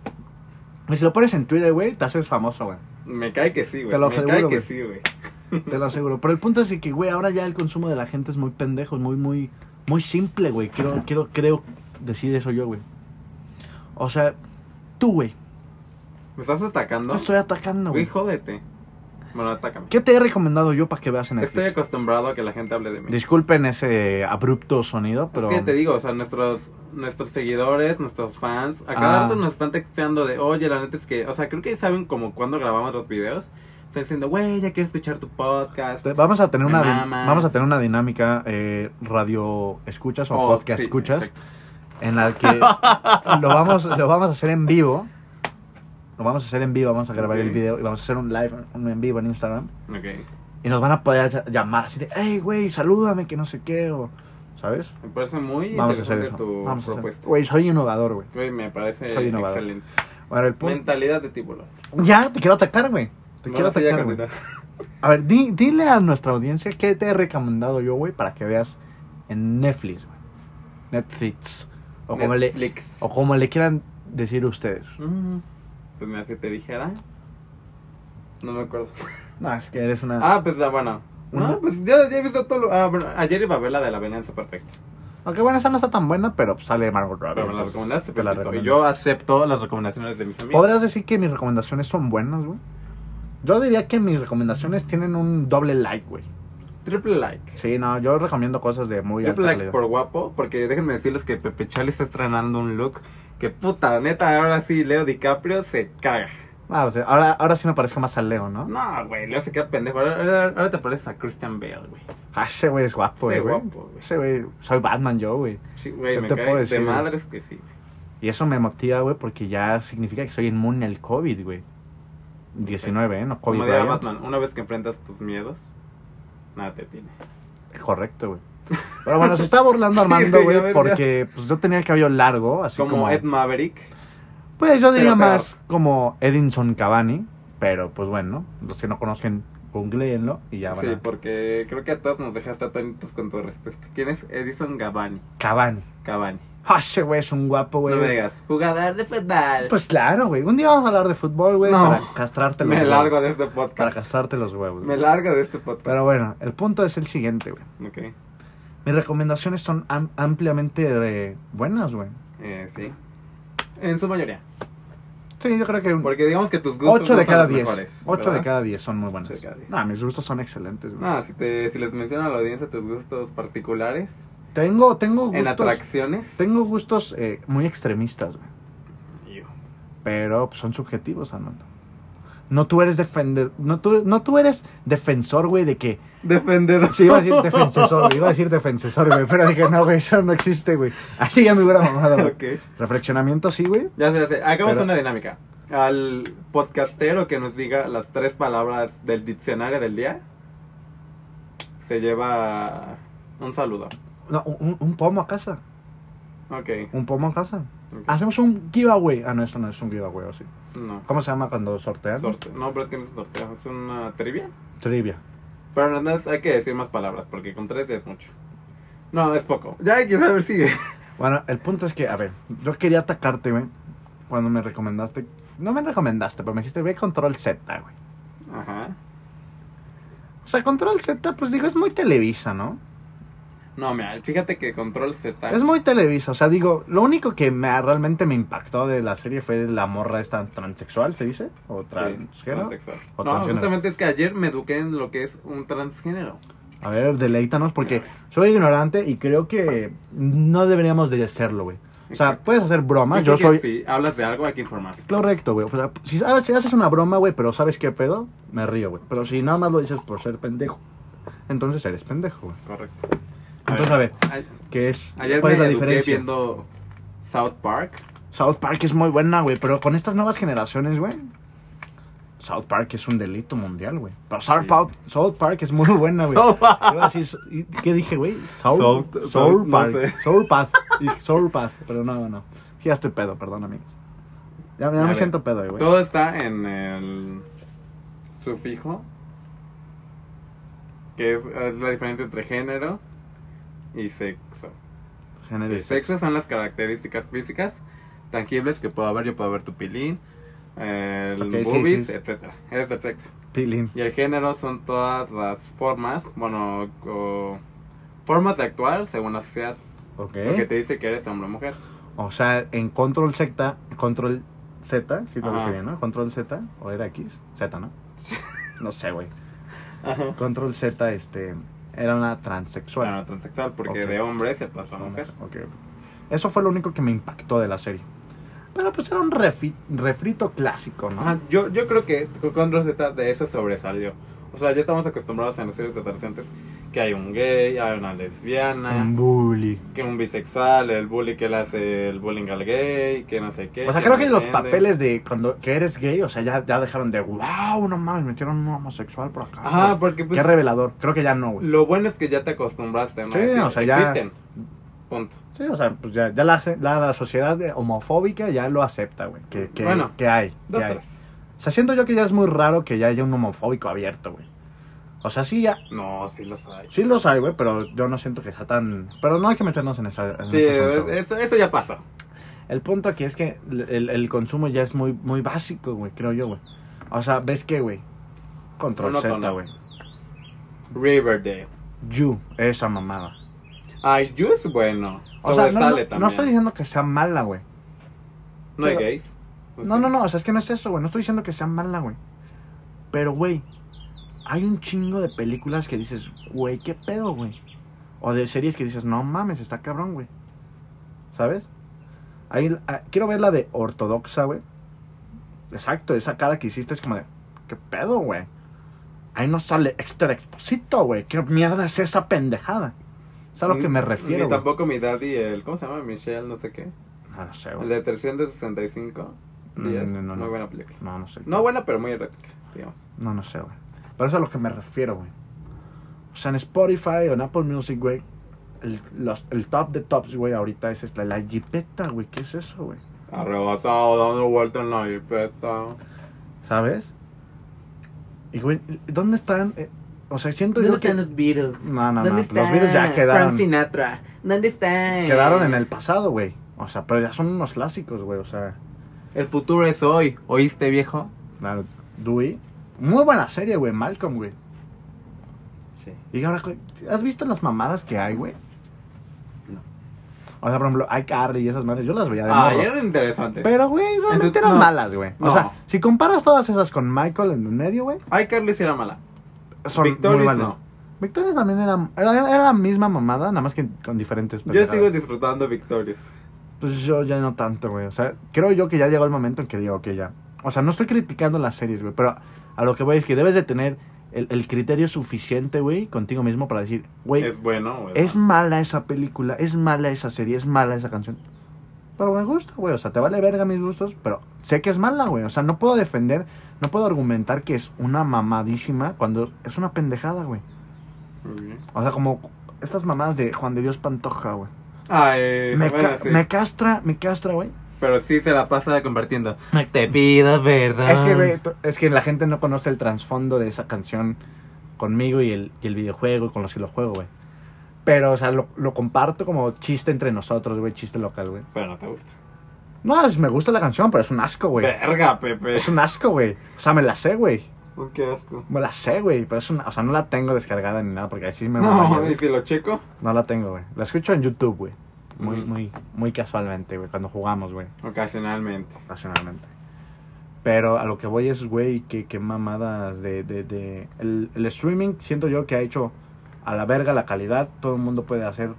[SPEAKER 1] Y si lo pones en Twitter, güey, te haces famoso, güey.
[SPEAKER 2] Me cae que sí, güey.
[SPEAKER 1] Te lo
[SPEAKER 2] Me
[SPEAKER 1] aseguro,
[SPEAKER 2] cae que
[SPEAKER 1] güey.
[SPEAKER 2] sí, güey.
[SPEAKER 1] Te lo aseguro. Pero el punto es de que, güey, ahora ya el consumo de la gente es muy pendejo, es muy, muy, muy simple, güey. Quiero, quiero, creo decir eso yo, güey. O sea, tú, güey,
[SPEAKER 2] ¿Me estás atacando?
[SPEAKER 1] no estoy atacando,
[SPEAKER 2] Güey,
[SPEAKER 1] güey.
[SPEAKER 2] jódete. Bueno, atácame.
[SPEAKER 1] ¿Qué te he recomendado yo para que veas en
[SPEAKER 2] Estoy
[SPEAKER 1] Netflix?
[SPEAKER 2] acostumbrado a que la gente hable de mí.
[SPEAKER 1] Disculpen ese abrupto sonido, pero...
[SPEAKER 2] Es que te digo, o sea, nuestros nuestros seguidores, nuestros fans, a cada
[SPEAKER 1] Ah.
[SPEAKER 2] rato nos están texteando de, oye, la neta es que, o sea, creo que saben como cuando grabamos los videos. Están diciendo, güey, ya quiero escuchar tu podcast.
[SPEAKER 1] Te- Vamos a tener
[SPEAKER 2] Me
[SPEAKER 1] una din-
[SPEAKER 2] mamas.
[SPEAKER 1] vamos a tener una dinámica eh, radio escuchas o
[SPEAKER 2] Oh,
[SPEAKER 1] podcast
[SPEAKER 2] sí,
[SPEAKER 1] escuchas
[SPEAKER 2] exacto.
[SPEAKER 1] en la
[SPEAKER 2] <laughs>
[SPEAKER 1] que lo vamos lo vamos a hacer en vivo lo vamos a hacer en vivo vamos a grabar el
[SPEAKER 2] Ok.
[SPEAKER 1] video y vamos a hacer un live un en vivo en Instagram
[SPEAKER 2] Ok.
[SPEAKER 1] y nos van a poder ll- llamar así de hey güey salúdame que no sé qué o sabes
[SPEAKER 2] Me parece muy
[SPEAKER 1] vamos a hacer
[SPEAKER 2] interesante
[SPEAKER 1] eso
[SPEAKER 2] tu
[SPEAKER 1] vamos a hacer-
[SPEAKER 2] propuesta.
[SPEAKER 1] güey soy innovador güey
[SPEAKER 2] Güey, me parece
[SPEAKER 1] Soy innovador.
[SPEAKER 2] excelente.
[SPEAKER 1] bueno el punto
[SPEAKER 2] Mentalidad de tiburón.
[SPEAKER 1] ya te quiero atacar güey te
[SPEAKER 2] No,
[SPEAKER 1] quiero
[SPEAKER 2] no sé, ya
[SPEAKER 1] atacar güey.
[SPEAKER 2] continúa.
[SPEAKER 1] a ver di- dile a nuestra audiencia qué te he recomendado yo güey para que veas en Netflix güey. Netflix o como le
[SPEAKER 2] Netflix.
[SPEAKER 1] O como le quieran decir ustedes.
[SPEAKER 2] Mm, Pues me hace te dijera. No me acuerdo.
[SPEAKER 1] No, es que eres una.
[SPEAKER 2] Ah, pues la bueno.
[SPEAKER 1] Una-
[SPEAKER 2] No, pues ya, ya he visto todo lo. Ah, bueno, ayer iba a ver la de la venganza perfecta.
[SPEAKER 1] Aunque bueno, esa no está tan buena, pero sale Margot Robbie.
[SPEAKER 2] Pero me la
[SPEAKER 1] Ah, entonces,
[SPEAKER 2] recomendaste,
[SPEAKER 1] te la
[SPEAKER 2] perfecto. Y
[SPEAKER 1] recomiendo.
[SPEAKER 2] yo acepto las recomendaciones de mis amigos.
[SPEAKER 1] ¿Podrías decir que mis recomendaciones son buenas, güey? Yo diría que mis recomendaciones tienen un doble like, güey.
[SPEAKER 2] Triple like.
[SPEAKER 1] Sí, no, yo recomiendo cosas de muy alta
[SPEAKER 2] Triple like
[SPEAKER 1] calidad.
[SPEAKER 2] por guapo, porque déjenme decirles que Pepe Chale está estrenando un look que puta, neta, ahora sí Leo DiCaprio se caga.
[SPEAKER 1] Ah, o sea, ahora, ahora sí me parezco más al Leo, ¿no?
[SPEAKER 2] No, güey, Leo se queda pendejo. Ahora, ahora- ahora te pareces a Christian Bale, güey.
[SPEAKER 1] Ah, ese güey es guapo,
[SPEAKER 2] Sí,
[SPEAKER 1] eh, güey.
[SPEAKER 2] guapo, güey.
[SPEAKER 1] Ese güey, soy Batman yo, güey.
[SPEAKER 2] Sí, güey,
[SPEAKER 1] ¿Qué
[SPEAKER 2] me
[SPEAKER 1] te
[SPEAKER 2] cae
[SPEAKER 1] puedo
[SPEAKER 2] de
[SPEAKER 1] decir, güey?
[SPEAKER 2] madres que sí.
[SPEAKER 1] Y eso me motiva, güey, porque ya significa que soy inmune al COVID, güey. 19, ¿eh? No COVID.
[SPEAKER 2] Como diría
[SPEAKER 1] Bryant.
[SPEAKER 2] Batman, una vez que enfrentas tus miedos, nada te tiene.
[SPEAKER 1] Correcto, güey. Pero bueno, se está burlando
[SPEAKER 2] <laughs> Sí,
[SPEAKER 1] Armando, güey,
[SPEAKER 2] güey, a ver, ya.
[SPEAKER 1] porque pues, yo tenía el cabello largo, así
[SPEAKER 2] como,
[SPEAKER 1] como...
[SPEAKER 2] Ed Maverick.
[SPEAKER 1] pues yo diría
[SPEAKER 2] pero peor.
[SPEAKER 1] más como Edinson Cavani, pero pues bueno, los que no conocen, googleenlo y ya van
[SPEAKER 2] Sí,
[SPEAKER 1] a-
[SPEAKER 2] porque creo que a todos nos dejaste atónitos con tu respuesta. ¿Quién es Edison Cavani?
[SPEAKER 1] Cavani.
[SPEAKER 2] Cavani.
[SPEAKER 1] Ah, ese güey es un guapo, güey.
[SPEAKER 2] No me digas, jugador de fútbol.
[SPEAKER 1] Pues claro, güey. Un día vamos a hablar de fútbol, güey,
[SPEAKER 2] No.
[SPEAKER 1] para castrarte los
[SPEAKER 2] me
[SPEAKER 1] huevos.
[SPEAKER 2] largo de este
[SPEAKER 1] Para
[SPEAKER 2] podcast.
[SPEAKER 1] castrarte los huevos.
[SPEAKER 2] Me
[SPEAKER 1] güey.
[SPEAKER 2] largo de este podcast.
[SPEAKER 1] Pero bueno, el punto es el siguiente, güey.
[SPEAKER 2] Ok.
[SPEAKER 1] Mis recomendaciones son am- ampliamente eh, buenas, güey.
[SPEAKER 2] Eh, sí. En su mayoría.
[SPEAKER 1] Sí, yo creo que un
[SPEAKER 2] Porque digamos que tus gustos
[SPEAKER 1] 8
[SPEAKER 2] no
[SPEAKER 1] de
[SPEAKER 2] son
[SPEAKER 1] cada
[SPEAKER 2] los
[SPEAKER 1] 10.
[SPEAKER 2] mejores,
[SPEAKER 1] 8 de
[SPEAKER 2] ¿verdad?
[SPEAKER 1] cada 10 son muy buenas.
[SPEAKER 2] Ocho de cada diez.
[SPEAKER 1] No, mis gustos son excelentes, güey.
[SPEAKER 2] No, si, te, si les menciono a la audiencia tus gustos particulares
[SPEAKER 1] Tengo, tengo gustos.
[SPEAKER 2] en atracciones.
[SPEAKER 1] Tengo gustos eh, muy extremistas, güey.
[SPEAKER 2] Hijo.
[SPEAKER 1] Pero pues, son subjetivos, Armando. No tú eres defender, no tú, no tú eres defensor, güey, de que <laughs>
[SPEAKER 2] Defendedor.
[SPEAKER 1] sí iba a decir defensor, güey, iba a decir defensor, güey, pero dije, no, güey, eso no existe, güey. Así ya me hubiera mamado, güey.
[SPEAKER 2] Ok.
[SPEAKER 1] Reflexionamiento sí, güey.
[SPEAKER 2] Ya se hace. Hagamos
[SPEAKER 1] Pero-
[SPEAKER 2] una dinámica. Al podcastero que nos diga las tres palabras del diccionario del día, se lleva un saludo.
[SPEAKER 1] No, un, un pomo a casa.
[SPEAKER 2] Ok.
[SPEAKER 1] Un pomo a casa.
[SPEAKER 2] ok.
[SPEAKER 1] Hacemos un giveaway. Ah, no, esto no es un giveaway, o sí.
[SPEAKER 2] No.
[SPEAKER 1] ¿Cómo se llama cuando sorteas?
[SPEAKER 2] Sorte- No, pero es que no es sorteo, es una trivia.
[SPEAKER 1] Trivia.
[SPEAKER 2] Pero no, no, hay que decir más palabras, porque con tres es mucho. No, es poco. Ya hay que saber si.
[SPEAKER 1] Bueno, el punto es que, a ver, yo quería atacarte, güey, cuando me recomendaste. No me recomendaste, pero me dijiste, ve Control Z, güey.
[SPEAKER 2] Ajá.
[SPEAKER 1] O sea, Control Z, pues digo, es muy Televisa, ¿no?
[SPEAKER 2] No, mira, fíjate que Control Z.
[SPEAKER 1] Es muy Televisa, o sea, digo, lo único que me, realmente me impactó de la serie fue la morra esta transexual, ¿se dice? O
[SPEAKER 2] Sí,
[SPEAKER 1] transgénero.
[SPEAKER 2] transexual.
[SPEAKER 1] ¿O
[SPEAKER 2] No,
[SPEAKER 1] transgénero?
[SPEAKER 2] justamente es que ayer me eduqué en lo que es un transgénero.
[SPEAKER 1] A ver, deleítanos, porque soy ignorante y creo que no deberíamos de serlo, güey. O sea,
[SPEAKER 2] Exacto.
[SPEAKER 1] puedes hacer bromas,
[SPEAKER 2] Yo
[SPEAKER 1] yo
[SPEAKER 2] creo que
[SPEAKER 1] soy...
[SPEAKER 2] Si hablas de algo, hay que informar.
[SPEAKER 1] Correcto, güey. O sea, si, sabes- si haces una broma, güey, pero ¿sabes qué pedo? Me río, güey. Pero si nada más lo dices por ser pendejo, entonces eres pendejo, güey.
[SPEAKER 2] Correcto.
[SPEAKER 1] Entonces, a ver,
[SPEAKER 2] a-
[SPEAKER 1] ¿qué es?
[SPEAKER 2] Ayer
[SPEAKER 1] ¿Cuál
[SPEAKER 2] me
[SPEAKER 1] es la
[SPEAKER 2] eduqué
[SPEAKER 1] diferencia?
[SPEAKER 2] viendo South Park.
[SPEAKER 1] South Park es muy buena, güey, pero con estas nuevas generaciones, güey. South Park es un delito mundial, güey. Pero South,
[SPEAKER 2] Sí.
[SPEAKER 1] Park, South Park es muy buena, Ah, güey.
[SPEAKER 2] South Park.
[SPEAKER 1] Iba a decir- ¿y ¿Qué dije, güey? South,
[SPEAKER 2] South-
[SPEAKER 1] South
[SPEAKER 2] South- no
[SPEAKER 1] Park.
[SPEAKER 2] sé.
[SPEAKER 1] South Path. Dije South Path, pero no, no. Ya estoy pedo, perdón, amigos. Ya, ya
[SPEAKER 2] A
[SPEAKER 1] me
[SPEAKER 2] ver,
[SPEAKER 1] siento pedo, güey.
[SPEAKER 2] Todo está en el sufijo, que es, es la diferencia entre género y sexo.
[SPEAKER 1] Género y
[SPEAKER 2] El sexo son las características físicas tangibles que puedo ver. Yo puedo ver tu pilín, el
[SPEAKER 1] Ok, sí,
[SPEAKER 2] boobies,
[SPEAKER 1] sí, sí.
[SPEAKER 2] etcétera. Es el sexo.
[SPEAKER 1] Pilín.
[SPEAKER 2] Y el género son todas las formas, bueno, o formas de actuar según la sociedad.
[SPEAKER 1] Ok.
[SPEAKER 2] Lo que te dice que eres hombre o mujer.
[SPEAKER 1] O sea, en Control Z, Control Z, sí lo
[SPEAKER 2] Ajá.
[SPEAKER 1] dije bien, ¿no? Control Z, o era X, Z, ¿no? No sé, güey.
[SPEAKER 2] Ajá.
[SPEAKER 1] Control Z, este, era una transexual.
[SPEAKER 2] Bueno, transexual, porque
[SPEAKER 1] Ok.
[SPEAKER 2] de hombre se pasa a mujer.
[SPEAKER 1] Ok. Eso fue lo único que me impactó de la serie. Pero pues era un refi- refrito clásico, ¿no?
[SPEAKER 2] Ajá, yo, yo creo que Control Z de eso sobresalió. O sea, ya estamos acostumbrados en las series de adolescentes que hay un gay, hay una lesbiana,
[SPEAKER 1] un bully.
[SPEAKER 2] que un bisexual, el bully que le hace el bullying al gay, que no sé qué.
[SPEAKER 1] O sea, creo
[SPEAKER 2] no
[SPEAKER 1] que los
[SPEAKER 2] entiende.
[SPEAKER 1] papeles de cuando que eres gay, o sea, ya, ya dejaron de, wow, no mames, metieron un homosexual por acá.
[SPEAKER 2] Ajá,
[SPEAKER 1] güey".
[SPEAKER 2] porque pues,
[SPEAKER 1] Qué revelador. Creo que ya no, güey.
[SPEAKER 2] lo bueno es que ya te acostumbraste, ¿no?
[SPEAKER 1] Sí,
[SPEAKER 2] Es decir,
[SPEAKER 1] o sea, ya-
[SPEAKER 2] Existen. Punto.
[SPEAKER 1] Sí, o sea, pues ya, ya la, la, la sociedad de- homofóbica ya lo acepta, güey. Que, que,
[SPEAKER 2] Bueno,
[SPEAKER 1] que hay,
[SPEAKER 2] Dos,
[SPEAKER 1] que hay.
[SPEAKER 2] tres.
[SPEAKER 1] O sea, siento yo que ya es muy raro que ya haya un homofóbico abierto, güey. O sea, sí, ya,
[SPEAKER 2] No, sí los hay.
[SPEAKER 1] sí los hay, güey, pero yo no siento que sea tan... Pero no hay que meternos en esa... en
[SPEAKER 2] Sí,
[SPEAKER 1] ese asunto,
[SPEAKER 2] es-
[SPEAKER 1] güey.
[SPEAKER 2] eso, eso ya pasa.
[SPEAKER 1] El punto aquí es que el, el consumo ya es muy, muy básico, güey, creo yo, güey. O sea, ¿ves qué, güey? Control Z,
[SPEAKER 2] Monótono.
[SPEAKER 1] güey.
[SPEAKER 2] Riverdale.
[SPEAKER 1] You, esa mamada.
[SPEAKER 2] Ay, yo es bueno.
[SPEAKER 1] O sea, no, no,
[SPEAKER 2] Sobresale
[SPEAKER 1] no
[SPEAKER 2] también.
[SPEAKER 1] estoy diciendo que sea mala, güey.
[SPEAKER 2] No hay
[SPEAKER 1] pero-
[SPEAKER 2] gays. Pues
[SPEAKER 1] No, no, no, o sea, es que no es eso, güey. No estoy diciendo que sea mala, güey. Pero, güey, hay un chingo de películas que dices, güey, qué pedo, güey. O de series que dices, no mames, está cabrón, güey. ¿Sabes? Ahí, ah, quiero ver la de Ortodoxa, güey. Exacto, esa cara que hiciste es como de, qué pedo, güey. Ahí no sale Héctor Exposito, güey. ¿Qué mierda es esa pendejada? Es a lo que me refiero.
[SPEAKER 2] Mm, Ni
[SPEAKER 1] güey. Ah,
[SPEAKER 2] tampoco mi daddy, el. ¿Cómo se llama? Michelle, no sé qué.
[SPEAKER 1] No, no sé,
[SPEAKER 2] El
[SPEAKER 1] güey.
[SPEAKER 2] de 365.
[SPEAKER 1] No,
[SPEAKER 2] días.
[SPEAKER 1] no, no,
[SPEAKER 2] Muy
[SPEAKER 1] no.
[SPEAKER 2] buena película.
[SPEAKER 1] No, no sé.
[SPEAKER 2] No buena, pero muy erótica, digamos.
[SPEAKER 1] No, no sé, güey. Pero eso es a lo que me refiero, güey. O sea, en Spotify o en Apple Music, güey, el, los- el top de tops, güey, ahorita es esta, la jipeta, güey. ¿Qué es eso, güey?
[SPEAKER 2] Arrebatado, dando vuelta en la jipeta.
[SPEAKER 1] ¿Sabes? Y Y, güey, ¿dónde están? Eh, o sea, siento
[SPEAKER 3] ¿Dónde
[SPEAKER 1] yo que...
[SPEAKER 3] están los Beatles?
[SPEAKER 1] No, no, no.
[SPEAKER 3] ¿Dónde
[SPEAKER 1] pues Los virus ya
[SPEAKER 3] Frank
[SPEAKER 1] quedaron.
[SPEAKER 3] Sinatra. ¿Dónde están?
[SPEAKER 1] Quedaron en el pasado, güey. O sea, pero ya son unos clásicos, güey. O sea,
[SPEAKER 2] El futuro es hoy, ¿oíste, viejo?
[SPEAKER 1] la Dewey. Muy buena serie, güey. Malcolm, güey.
[SPEAKER 2] Sí.
[SPEAKER 1] Y ahora, güey, ¿has visto las mamadas que hay, güey?
[SPEAKER 2] No.
[SPEAKER 1] O sea, por ejemplo, iCarly y esas madres. Yo las veía de
[SPEAKER 2] Ah,
[SPEAKER 1] morro.
[SPEAKER 2] eran interesantes.
[SPEAKER 1] Pero, güey, realmente
[SPEAKER 2] Entonces,
[SPEAKER 1] eran
[SPEAKER 2] no.
[SPEAKER 1] malas, güey. O
[SPEAKER 2] No.
[SPEAKER 1] sea, si comparas todas esas con Michael en el medio, güey,
[SPEAKER 2] Ay, Carly sí era mala.
[SPEAKER 1] son
[SPEAKER 2] Victorious,
[SPEAKER 1] muy malas.
[SPEAKER 2] no.
[SPEAKER 1] Victorious también era, era, era la misma mamada, nada más que con diferentes
[SPEAKER 2] Yo
[SPEAKER 1] pendejadas.
[SPEAKER 2] sigo disfrutando Victorious.
[SPEAKER 1] Pues yo ya no tanto, güey. O sea, creo yo que ya llegó el momento en que digo que ya. O sea, no estoy criticando las series, güey. Pero a lo que voy es que debes de tener el, el criterio suficiente, güey, contigo mismo para decir, güey,
[SPEAKER 2] Es bueno, güey.
[SPEAKER 1] es mala esa película, es mala esa serie, es mala esa canción. Pero me gusta, güey. O sea, te vale verga mis gustos, pero sé que es mala, güey. O sea, no puedo defender, no puedo argumentar que es una mamadísima cuando es una pendejada, güey.
[SPEAKER 2] Ok.
[SPEAKER 1] O sea, como estas mamadas de Juan de Dios Pantoja, güey.
[SPEAKER 2] Ay,
[SPEAKER 1] Me,
[SPEAKER 2] bueno,
[SPEAKER 1] ca-
[SPEAKER 2] sí.
[SPEAKER 1] me castra, me castra, güey.
[SPEAKER 2] Pero sí se la pasa compartiendo.
[SPEAKER 3] Te pido
[SPEAKER 2] Ah.
[SPEAKER 3] verdad.
[SPEAKER 1] Es que, güey, to- es que la gente no conoce el trasfondo de esa canción conmigo y el, y el videojuego y con los que lo juego, güey. Pero, o sea, lo, lo comparto como chiste entre nosotros, güey, chiste local, güey.
[SPEAKER 2] Pero no te gusta.
[SPEAKER 1] No, es- me gusta la canción, pero es un asco, güey.
[SPEAKER 2] Verga, <laughs> Pepe.
[SPEAKER 1] Es un asco, güey. O sea, me la sé, güey.
[SPEAKER 2] Qué asco.
[SPEAKER 1] Me la sé, güey. Pero es una... O sea, no la tengo descargada ni nada, porque así me mamaría,
[SPEAKER 2] No,
[SPEAKER 1] güey.
[SPEAKER 2] y si lo checo.
[SPEAKER 1] No la tengo, güey. La escucho en YouTube, güey. Muy,
[SPEAKER 2] Ujú.
[SPEAKER 1] muy, muy casualmente, güey. Cuando jugamos, güey.
[SPEAKER 2] Ocasionalmente.
[SPEAKER 1] ocasionalmente. Pero a lo que voy es, güey, que, que mamadas de... de, de- El, el streaming siento yo que ha hecho a la verga la calidad. Todo el mundo puede hacer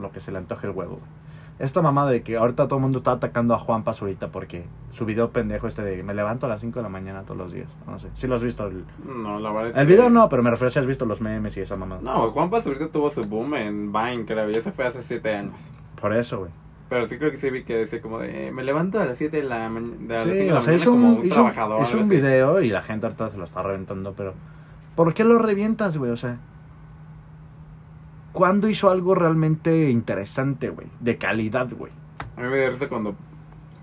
[SPEAKER 1] lo que se le antoje el huevo. güey. Esta mamada de que ahorita todo el mundo está atacando a Juan ahorita porque su video pendejo este de me levanto a las 5 de la mañana todos los días. No sé, si lo has visto. El,
[SPEAKER 2] No, la verdad es
[SPEAKER 1] el
[SPEAKER 2] que-
[SPEAKER 1] video no, pero me refiero a si has visto los memes y esa mamada.
[SPEAKER 2] No, Juan ahorita tuvo su boom en Vine, creo. Y eso fue hace 7 años.
[SPEAKER 1] Por eso, güey.
[SPEAKER 2] Pero sí creo que sí vi que decía como de. Me levanto a las 7 de la, ma- de a las
[SPEAKER 1] Sí,
[SPEAKER 2] cinco de la
[SPEAKER 1] o sea,
[SPEAKER 2] mañana
[SPEAKER 1] hizo
[SPEAKER 2] como
[SPEAKER 1] un, hizo
[SPEAKER 2] un
[SPEAKER 1] un-
[SPEAKER 2] trabajador.
[SPEAKER 1] hizo
[SPEAKER 2] algo
[SPEAKER 1] un
[SPEAKER 2] así.
[SPEAKER 1] video y la gente ahorita se lo está reventando, pero ¿por qué lo revientas, güey? O sea, ¿cuándo hizo algo realmente interesante, güey? De calidad, güey.
[SPEAKER 2] A mí me dio risa cuando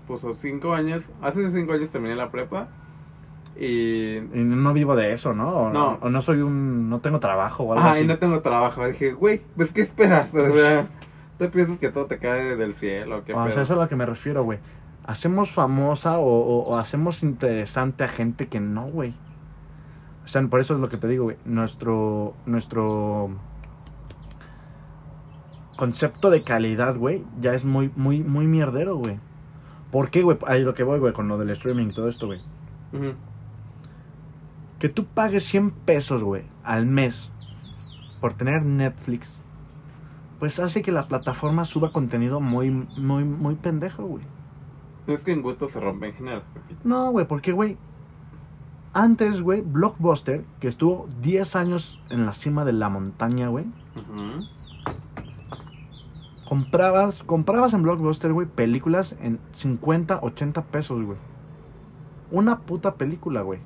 [SPEAKER 2] puso 5 años. Hace 5 años terminé la prepa. Y.
[SPEAKER 1] Y no vivo de eso, ¿no? O
[SPEAKER 2] No.
[SPEAKER 1] O no soy un... no tengo trabajo o algo
[SPEAKER 2] Ay,
[SPEAKER 1] así.
[SPEAKER 2] no tengo trabajo. Dije, güey, pues ¿qué esperas? O
[SPEAKER 1] <laughs>
[SPEAKER 2] sea, ¿tú piensas que todo te cae del cielo? ¿Qué
[SPEAKER 1] o
[SPEAKER 2] pedo?
[SPEAKER 1] sea, eso Ah, es a lo que me refiero, güey. Hacemos famosa o, o- o hacemos interesante a gente que no, güey. O sea, por eso es lo que te digo, güey. Nuestro, nuestro concepto de calidad, güey, ya es muy, muy, muy mierdero, güey. ¿Por qué, güey? Ahí lo que voy, güey, con lo del streaming y todo esto, güey.
[SPEAKER 2] Ujú.
[SPEAKER 1] Que tú pagues 100 pesos, güey, al mes por tener Netflix, pues hace que la plataforma suba contenido muy, muy, muy pendejo, güey.
[SPEAKER 2] Es que en gusto se rompen géneros, Pepito.
[SPEAKER 1] No, güey, porque, güey, antes, güey, Blockbuster, que estuvo 10 años en la cima de la montaña, güey,
[SPEAKER 2] Ujú.
[SPEAKER 1] comprabas, comprabas en Blockbuster, güey, películas en 50, 80 pesos, güey. Una puta película, güey.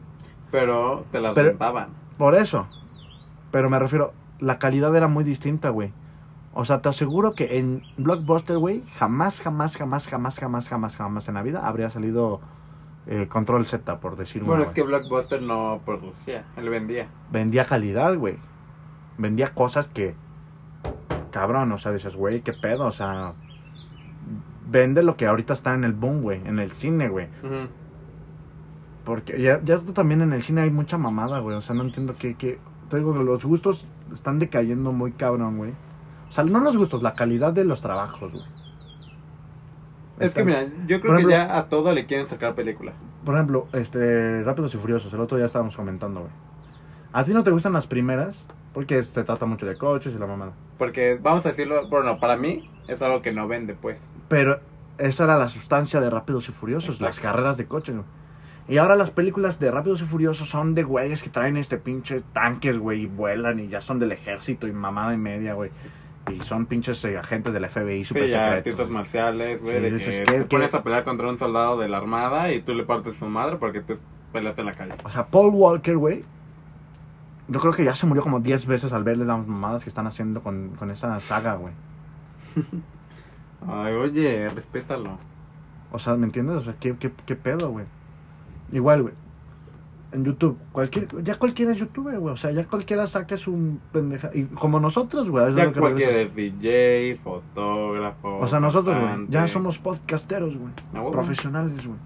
[SPEAKER 2] Pero te las
[SPEAKER 1] Pero-
[SPEAKER 2] rentaban.
[SPEAKER 1] Por eso. Pero me refiero, la calidad era muy distinta, güey. O sea, te aseguro que en Blockbuster, güey, jamás, jamás, jamás, jamás, jamás, jamás, jamás en la vida habría salido eh, Control Z, por decir una,
[SPEAKER 2] Bueno, es
[SPEAKER 1] güey.
[SPEAKER 2] que Blockbuster no producía, él vendía.
[SPEAKER 1] vendía calidad, güey. Vendía cosas que, cabrón, o sea, dices, güey, qué pedo, o sea, vende lo que ahorita está en el boom, güey, en el cine, güey.
[SPEAKER 2] Ujú.
[SPEAKER 1] Porque ya, ya también en el cine hay mucha mamada, güey, o sea, no entiendo qué, qué, te digo, los gustos están decayendo muy cabrón, güey. O sea, no los gustos, la calidad de los trabajos, güey.
[SPEAKER 2] Es que
[SPEAKER 1] Está-
[SPEAKER 2] mira, yo creo
[SPEAKER 1] Por
[SPEAKER 2] que
[SPEAKER 1] ejemplo-
[SPEAKER 2] ya a todo le quieren sacar película.
[SPEAKER 1] Por ejemplo, este, Rápidos y Furiosos, el otro día estábamos comentando, güey. ¿A ti no te gustan las primeras? Porque se trata mucho de coches y la mamada.
[SPEAKER 2] Porque vamos a decirlo, bueno, para mí es algo que no vende, pues.
[SPEAKER 1] Pero esa era la sustancia de Rápidos y Furiosos, las
[SPEAKER 2] Exacto.
[SPEAKER 1] carreras de coches, güey. Y ahora las películas de Rápidos y Furiosos son de güeyes que traen este pinche tanques, güey, y vuelan y ya son del ejército y mamada y media, güey. Y son pinches eh, agentes del FBI super
[SPEAKER 2] Sí, ya
[SPEAKER 1] secretos.
[SPEAKER 2] artistas marciales, güey,
[SPEAKER 1] Sí,
[SPEAKER 2] de
[SPEAKER 1] dices,
[SPEAKER 2] que
[SPEAKER 1] ¿qué-
[SPEAKER 2] te
[SPEAKER 1] qué?
[SPEAKER 2] pones a pelear contra un soldado de la armada y tú le partes su madre porque tú peleaste en la calle.
[SPEAKER 1] O sea, Paul Walker, güey, yo creo que ya se murió como 10 veces al verle las mamadas que están haciendo con, con esa saga, güey.
[SPEAKER 2] Ay, oye, respétalo.
[SPEAKER 1] O sea, ¿me entiendes? O sea, ¿qué, qué, qué pedo, güey? Igual, güey. en YouTube. Cualquier, ya cualquiera es youtuber, güey. O sea, ya cualquiera saca su pendeja. Y como nosotros, güey. eso es
[SPEAKER 2] Ya
[SPEAKER 1] lo que
[SPEAKER 2] cualquiera
[SPEAKER 1] regresa.
[SPEAKER 2] es DJ, fotógrafo.
[SPEAKER 1] O sea, nosotros, güey. Ya
[SPEAKER 2] cantante.
[SPEAKER 1] somos podcasteros, güey.
[SPEAKER 2] Ah, güey.
[SPEAKER 1] Profesionales, güey.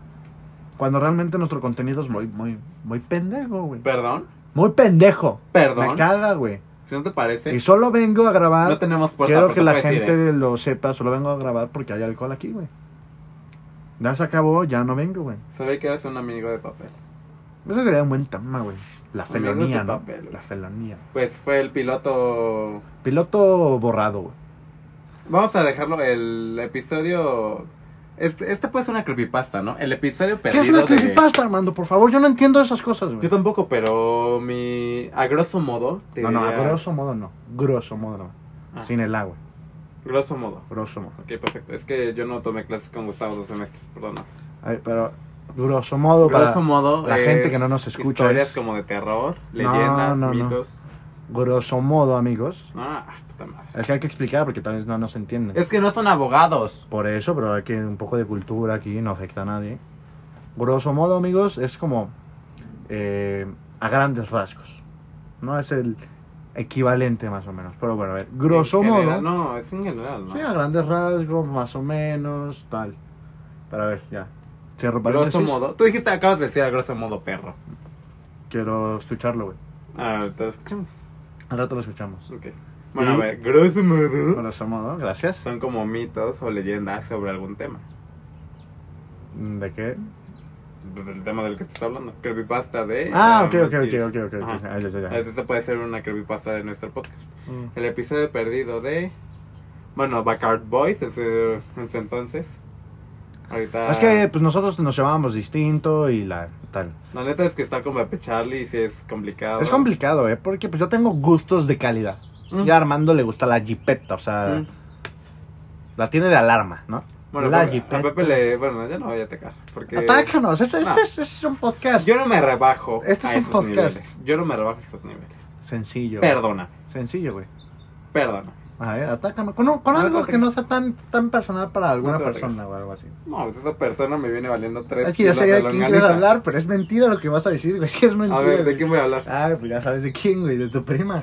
[SPEAKER 1] Cuando realmente nuestro contenido es muy, muy, muy pendejo, güey.
[SPEAKER 2] Perdón,
[SPEAKER 1] Muy pendejo. Me
[SPEAKER 2] perdón.
[SPEAKER 1] caga, güey.
[SPEAKER 2] Si no te parece,
[SPEAKER 1] Y solo vengo a grabar.
[SPEAKER 2] no tenemos puerta.
[SPEAKER 1] Quiero
[SPEAKER 2] pero
[SPEAKER 1] que
[SPEAKER 2] te
[SPEAKER 1] la
[SPEAKER 2] puedes ir,
[SPEAKER 1] gente
[SPEAKER 2] ¿eh?
[SPEAKER 1] lo sepa. Solo vengo a grabar porque hay alcohol aquí, güey. Ya se acabó, ya no vengo, güey.
[SPEAKER 2] Se ve que eres un amigo de papel.
[SPEAKER 1] Ese sería un buen tema, güey. La
[SPEAKER 2] Amigos de este
[SPEAKER 1] felonía, ¿no?
[SPEAKER 2] papel, güey.
[SPEAKER 1] La felonía.
[SPEAKER 2] Pues fue el piloto.
[SPEAKER 1] Piloto borrado, güey.
[SPEAKER 2] Vamos a dejarlo el episodio. Este, este puede ser una creepypasta, ¿no? El episodio
[SPEAKER 1] ¿Qué
[SPEAKER 2] perdido.
[SPEAKER 1] es una
[SPEAKER 2] de-
[SPEAKER 1] creepypasta, Armando? Por favor, yo no entiendo esas cosas, güey.
[SPEAKER 2] Yo tampoco, pero mi. A grosso modo. te
[SPEAKER 1] No, no, a
[SPEAKER 2] diría-
[SPEAKER 1] grosso modo no. Grosso modo no.
[SPEAKER 2] Ah,
[SPEAKER 1] Sin el agua.
[SPEAKER 2] Grosso modo.
[SPEAKER 1] Grosso modo.
[SPEAKER 2] Ok, perfecto. Es que yo no tomé clases con Gustavo dos semestres, perdón.
[SPEAKER 1] Ay, pero, grosso modo, para-
[SPEAKER 2] Grosso modo.
[SPEAKER 1] la
[SPEAKER 2] es
[SPEAKER 1] gente que no nos escucha
[SPEAKER 2] Historias
[SPEAKER 1] es-
[SPEAKER 2] como de terror, leyendas,
[SPEAKER 1] no, no.
[SPEAKER 2] mitos.
[SPEAKER 1] grosso modo, amigos.
[SPEAKER 2] Ah, puta madre.
[SPEAKER 1] Es que hay que explicar porque tal vez no nos entienden.
[SPEAKER 2] Es que no son abogados.
[SPEAKER 1] Por eso, pero hay que un poco de cultura aquí, no afecta a nadie. Grosso modo, amigos, es como eh, a grandes rasgos. No es el equivalente más o menos. Pero bueno, a ver, grosso
[SPEAKER 2] En
[SPEAKER 1] modo.
[SPEAKER 2] general, No, es en general, ¿no?
[SPEAKER 1] Sí, ah, a grandes rasgos, más o menos, tal. Pero a ver, ya. Cierro paréntesis.
[SPEAKER 2] Grosso modo. Tú dijiste, acabas de decir a grosso modo perro.
[SPEAKER 1] Quiero escucharlo, güey.
[SPEAKER 2] Ah, te lo escuchamos.
[SPEAKER 1] Al rato lo escuchamos.
[SPEAKER 2] Ok. Bueno, a
[SPEAKER 1] Sí.
[SPEAKER 2] ver, grosso modo.
[SPEAKER 1] Grosso modo, gracias.
[SPEAKER 2] Son como mitos o leyendas sobre algún tema.
[SPEAKER 1] ¿De qué?
[SPEAKER 2] Pues el tema del que estás hablando. Creepypasta de.
[SPEAKER 1] Ah, ok,
[SPEAKER 2] um,
[SPEAKER 1] ok, ok,
[SPEAKER 2] Cheers.
[SPEAKER 1] ok, ok. ok.
[SPEAKER 2] Ajá.
[SPEAKER 1] Ah, ya, ya, ya.
[SPEAKER 2] Este puede ser una creepypasta de nuestro podcast.
[SPEAKER 1] Mm.
[SPEAKER 2] El episodio perdido de. Bueno, Bacard Boys, en su, en su entonces. Ahorita.
[SPEAKER 1] Es que pues nosotros nos llevábamos distinto y la tal.
[SPEAKER 2] La neta es que estar con Pepe Charlie sí es complicado.
[SPEAKER 1] Es complicado, ¿eh? Porque pues yo tengo gustos de calidad.
[SPEAKER 2] Mm.
[SPEAKER 1] Y a Armando le gusta la jipeta, o sea,
[SPEAKER 2] Mm.
[SPEAKER 1] la tiene de alarma, ¿no?
[SPEAKER 2] Bueno,
[SPEAKER 1] la
[SPEAKER 2] Pepe- a Pepe le. Bueno, ya no voy a atacar. Porque.
[SPEAKER 1] Atácanos, este, este
[SPEAKER 2] No.
[SPEAKER 1] es, este es un podcast
[SPEAKER 2] Yo no me rebajo.
[SPEAKER 1] Este es
[SPEAKER 2] a
[SPEAKER 1] un
[SPEAKER 2] esos
[SPEAKER 1] podcast.
[SPEAKER 2] niveles. Yo no me rebajo a estos niveles.
[SPEAKER 1] sencillo. güey.
[SPEAKER 2] Perdona,
[SPEAKER 1] Sencillo, güey.
[SPEAKER 2] perdona.
[SPEAKER 1] A ver, atácame. Con, un- con
[SPEAKER 2] No,
[SPEAKER 1] algo
[SPEAKER 2] no,
[SPEAKER 1] que
[SPEAKER 2] que-
[SPEAKER 1] no sea tan, tan personal para alguna
[SPEAKER 2] te voy a
[SPEAKER 1] persona o algo así.
[SPEAKER 2] No, pues esa persona me viene valiendo tres.
[SPEAKER 1] Es que ya
[SPEAKER 2] kilos
[SPEAKER 1] sé
[SPEAKER 2] de
[SPEAKER 1] de quién quieres
[SPEAKER 2] longaniza.
[SPEAKER 1] hablar, pero es mentira lo que vas a decir, güey. <laughs> Es que es mentira.
[SPEAKER 2] A ver, ¿de
[SPEAKER 1] güey.
[SPEAKER 2] quién voy a hablar?
[SPEAKER 1] Ah, pues ya sabes de quién, güey, de tu prima.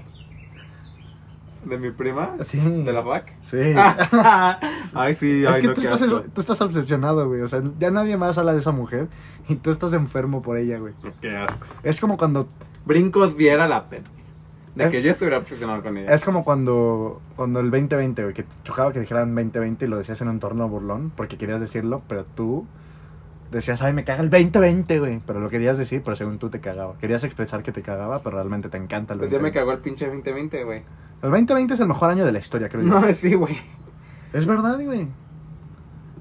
[SPEAKER 2] ¿De mi prima?
[SPEAKER 1] Sí.
[SPEAKER 2] ¿De la Ah. FAC?
[SPEAKER 1] Sí.
[SPEAKER 2] <laughs> ay, sí,
[SPEAKER 1] Es
[SPEAKER 2] ay,
[SPEAKER 1] que
[SPEAKER 2] no,
[SPEAKER 1] tú,
[SPEAKER 2] qué
[SPEAKER 1] estás,
[SPEAKER 2] asco.
[SPEAKER 1] tú estás obsesionado, güey. O sea, ya nadie más habla de esa mujer y tú estás enfermo por ella, güey.
[SPEAKER 2] Qué asco.
[SPEAKER 1] Es como cuando.
[SPEAKER 2] Brincos diera la pena. De
[SPEAKER 1] Es-
[SPEAKER 2] que yo estuviera obsesionado con ella.
[SPEAKER 1] Es como cuando. Cuando el 2020, güey, que te chocaba que dijeran 2020 y lo decías en un entorno burlón porque querías decirlo, pero tú. Decías, ay, me caga el 2020, güey. Pero lo querías decir, pero según tú te cagaba. Querías expresar que te cagaba, pero realmente te encanta el
[SPEAKER 2] Pues ya me
[SPEAKER 1] 2020.
[SPEAKER 2] cagó el pinche 2020, güey.
[SPEAKER 1] El 2020 es el mejor año de la historia, creo yo.
[SPEAKER 2] No, <laughs> sí, güey.
[SPEAKER 1] Es verdad, güey.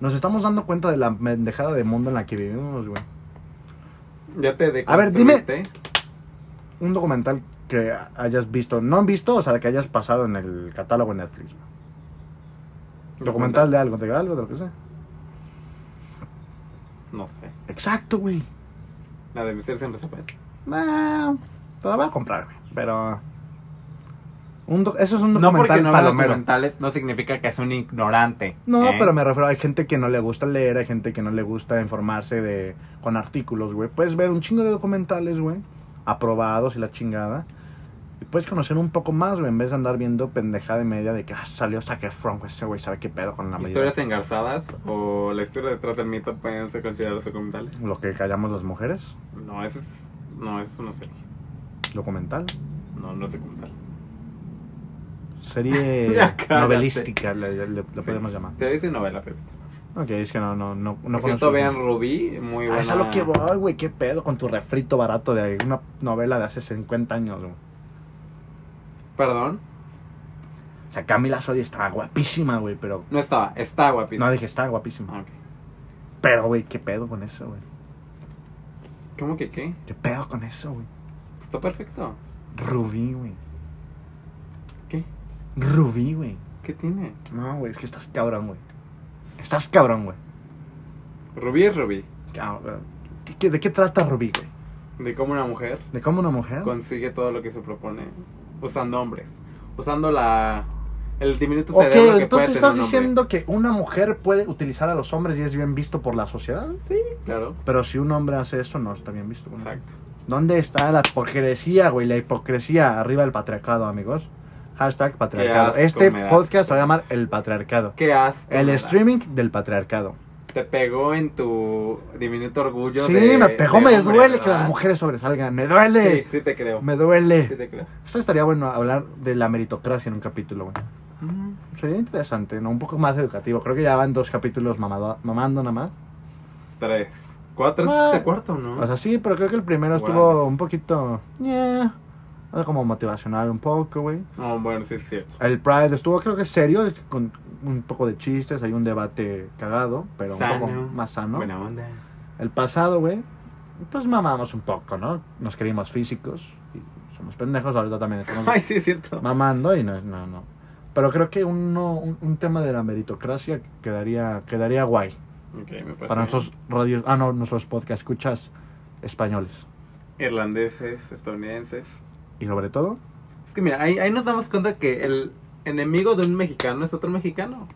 [SPEAKER 1] Nos estamos dando cuenta de la pendejada de mundo en la que vivimos, güey.
[SPEAKER 2] Ya te
[SPEAKER 1] A ver, dime-
[SPEAKER 2] deconstruiste.
[SPEAKER 1] un documental que hayas visto, no han visto, o sea, que hayas pasado en el catálogo de Netflix. güey. Documental de algo, de algo, de lo que sea.
[SPEAKER 2] No sé.
[SPEAKER 1] Exacto, güey.
[SPEAKER 2] La de Mister Siempre Zapata.
[SPEAKER 1] Nah, te la voy a comprar, güey. Pero. un doc- eso es un
[SPEAKER 2] No porque
[SPEAKER 1] documental
[SPEAKER 2] no vea
[SPEAKER 1] palomero.
[SPEAKER 2] documentales no significa que es un ignorante.
[SPEAKER 1] No,
[SPEAKER 2] ¿eh?
[SPEAKER 1] pero me refiero, hay gente que no le gusta leer, hay gente que no le gusta informarse de con artículos, güey. Puedes ver un chingo de documentales, güey, aprobados y la chingada. Y puedes conocer un poco más, güey, en vez de andar viendo pendejada y media de que ah, salió Zac Efron, güey, ese güey sabe qué pedo con la medida.
[SPEAKER 2] Historias engarzadas o la historia detrás del mito pueden ser consideradas documentales.
[SPEAKER 1] Lo que callamos las mujeres,
[SPEAKER 2] No, eso es, no, eso es una serie.
[SPEAKER 1] documental.
[SPEAKER 2] No, no es documental.
[SPEAKER 1] Serie
[SPEAKER 2] <laughs> Ya cállate.
[SPEAKER 1] novelística, le, le- le
[SPEAKER 2] Sí.
[SPEAKER 1] podemos llamar.
[SPEAKER 2] Te dice novela, Pepito.
[SPEAKER 1] Ok, es que no, no, no, no
[SPEAKER 2] Por cierto,
[SPEAKER 1] conozco.
[SPEAKER 2] vean Rubí, muy
[SPEAKER 1] Ah,
[SPEAKER 2] buena.
[SPEAKER 1] es a lo que voy, güey, qué pedo con tu refrito barato de una novela de hace 50 años, güey.
[SPEAKER 2] Perdón,
[SPEAKER 1] O sea, Camila Sodi estaba guapísima, güey, pero...
[SPEAKER 2] no estaba, está guapísima.
[SPEAKER 1] No, dije, estaba guapísima.
[SPEAKER 2] Ah, ok.
[SPEAKER 1] Pero, güey, qué pedo con eso, güey.
[SPEAKER 2] ¿Cómo que qué?
[SPEAKER 1] Qué pedo con eso, güey.
[SPEAKER 2] Está perfecto.
[SPEAKER 1] Rubí, güey.
[SPEAKER 2] ¿Qué?
[SPEAKER 1] Rubí, güey.
[SPEAKER 2] ¿Qué tiene?
[SPEAKER 1] No, güey, es que estás cabrón, güey. Estás cabrón, güey.
[SPEAKER 2] Rubí es Rubí.
[SPEAKER 1] Cabrón. ¿Qué- qué- ¿De qué trata Rubí, güey?
[SPEAKER 2] De cómo una mujer
[SPEAKER 1] ¿De cómo una mujer?
[SPEAKER 2] consigue todo lo que se propone usando hombres. Usando la. El diminuto
[SPEAKER 1] Ok,
[SPEAKER 2] cerebro que puede
[SPEAKER 1] entonces
[SPEAKER 2] tener
[SPEAKER 1] estás
[SPEAKER 2] un hombre.
[SPEAKER 1] diciendo que una mujer puede utilizar a los hombres y es bien visto por la sociedad.
[SPEAKER 2] Claro,
[SPEAKER 1] Pero si un hombre hace eso, no está bien visto. güey.
[SPEAKER 2] exacto.
[SPEAKER 1] ¿Dónde está la porqueresía, güey? La hipocresía. Arriba el patriarcado, amigos. Hashtag patriarcado.
[SPEAKER 2] asco
[SPEAKER 1] este
[SPEAKER 2] me da.
[SPEAKER 1] podcast se va a llamar El Patriarcado.
[SPEAKER 2] Qué asco.
[SPEAKER 1] El
[SPEAKER 2] me da.
[SPEAKER 1] streaming del patriarcado.
[SPEAKER 2] Te pegó en tu diminuto orgullo.
[SPEAKER 1] sí,
[SPEAKER 2] de-
[SPEAKER 1] me pegó,
[SPEAKER 2] de
[SPEAKER 1] me
[SPEAKER 2] hombre,
[SPEAKER 1] duele que
[SPEAKER 2] ¿verdad?
[SPEAKER 1] las mujeres sobresalgan. Me
[SPEAKER 2] Sí,
[SPEAKER 1] duele.
[SPEAKER 2] sí te creo.
[SPEAKER 1] Me duele.
[SPEAKER 2] Sí te creo.
[SPEAKER 1] Esto estaría bueno hablar de la meritocracia en un capítulo, güey. Mm. Sería interesante, ¿no? Un poco más educativo. Creo que ya van dos capítulos mamado- mamando nada más.
[SPEAKER 2] Tres. Cuatro
[SPEAKER 1] Ah.
[SPEAKER 2] es este cuarto, ¿no?
[SPEAKER 1] O sea, sí, pero creo que el primero
[SPEAKER 2] Guau.
[SPEAKER 1] estuvo un poquito... Yeah. o sea, Como motivacional un poco, güey.
[SPEAKER 2] No, Ah, bueno, sí es cierto.
[SPEAKER 1] El Pride estuvo, creo que serio, con un poco de chistes, hay un debate cagado, pero un
[SPEAKER 2] Sano.
[SPEAKER 1] poco más sano.
[SPEAKER 2] Buena onda.
[SPEAKER 1] El pasado, güey, pues mamamos un poco, ¿no? Nos creímos físicos y somos pendejos, ahorita también estamos
[SPEAKER 2] Ay, sí es cierto.
[SPEAKER 1] mamando y no, no, no. Pero creo que uno, un, un tema de la meritocracia quedaría, quedaría guay
[SPEAKER 2] Ok, me parece.
[SPEAKER 1] para
[SPEAKER 2] bien.
[SPEAKER 1] nuestros radios, ah, no, nuestros podcast escuchas españoles.
[SPEAKER 2] Irlandeses, estadounidenses.
[SPEAKER 1] Y sobre todo,
[SPEAKER 2] Es que mira, ahí, ahí nos damos cuenta que el enemigo de un mexicano es otro mexicano.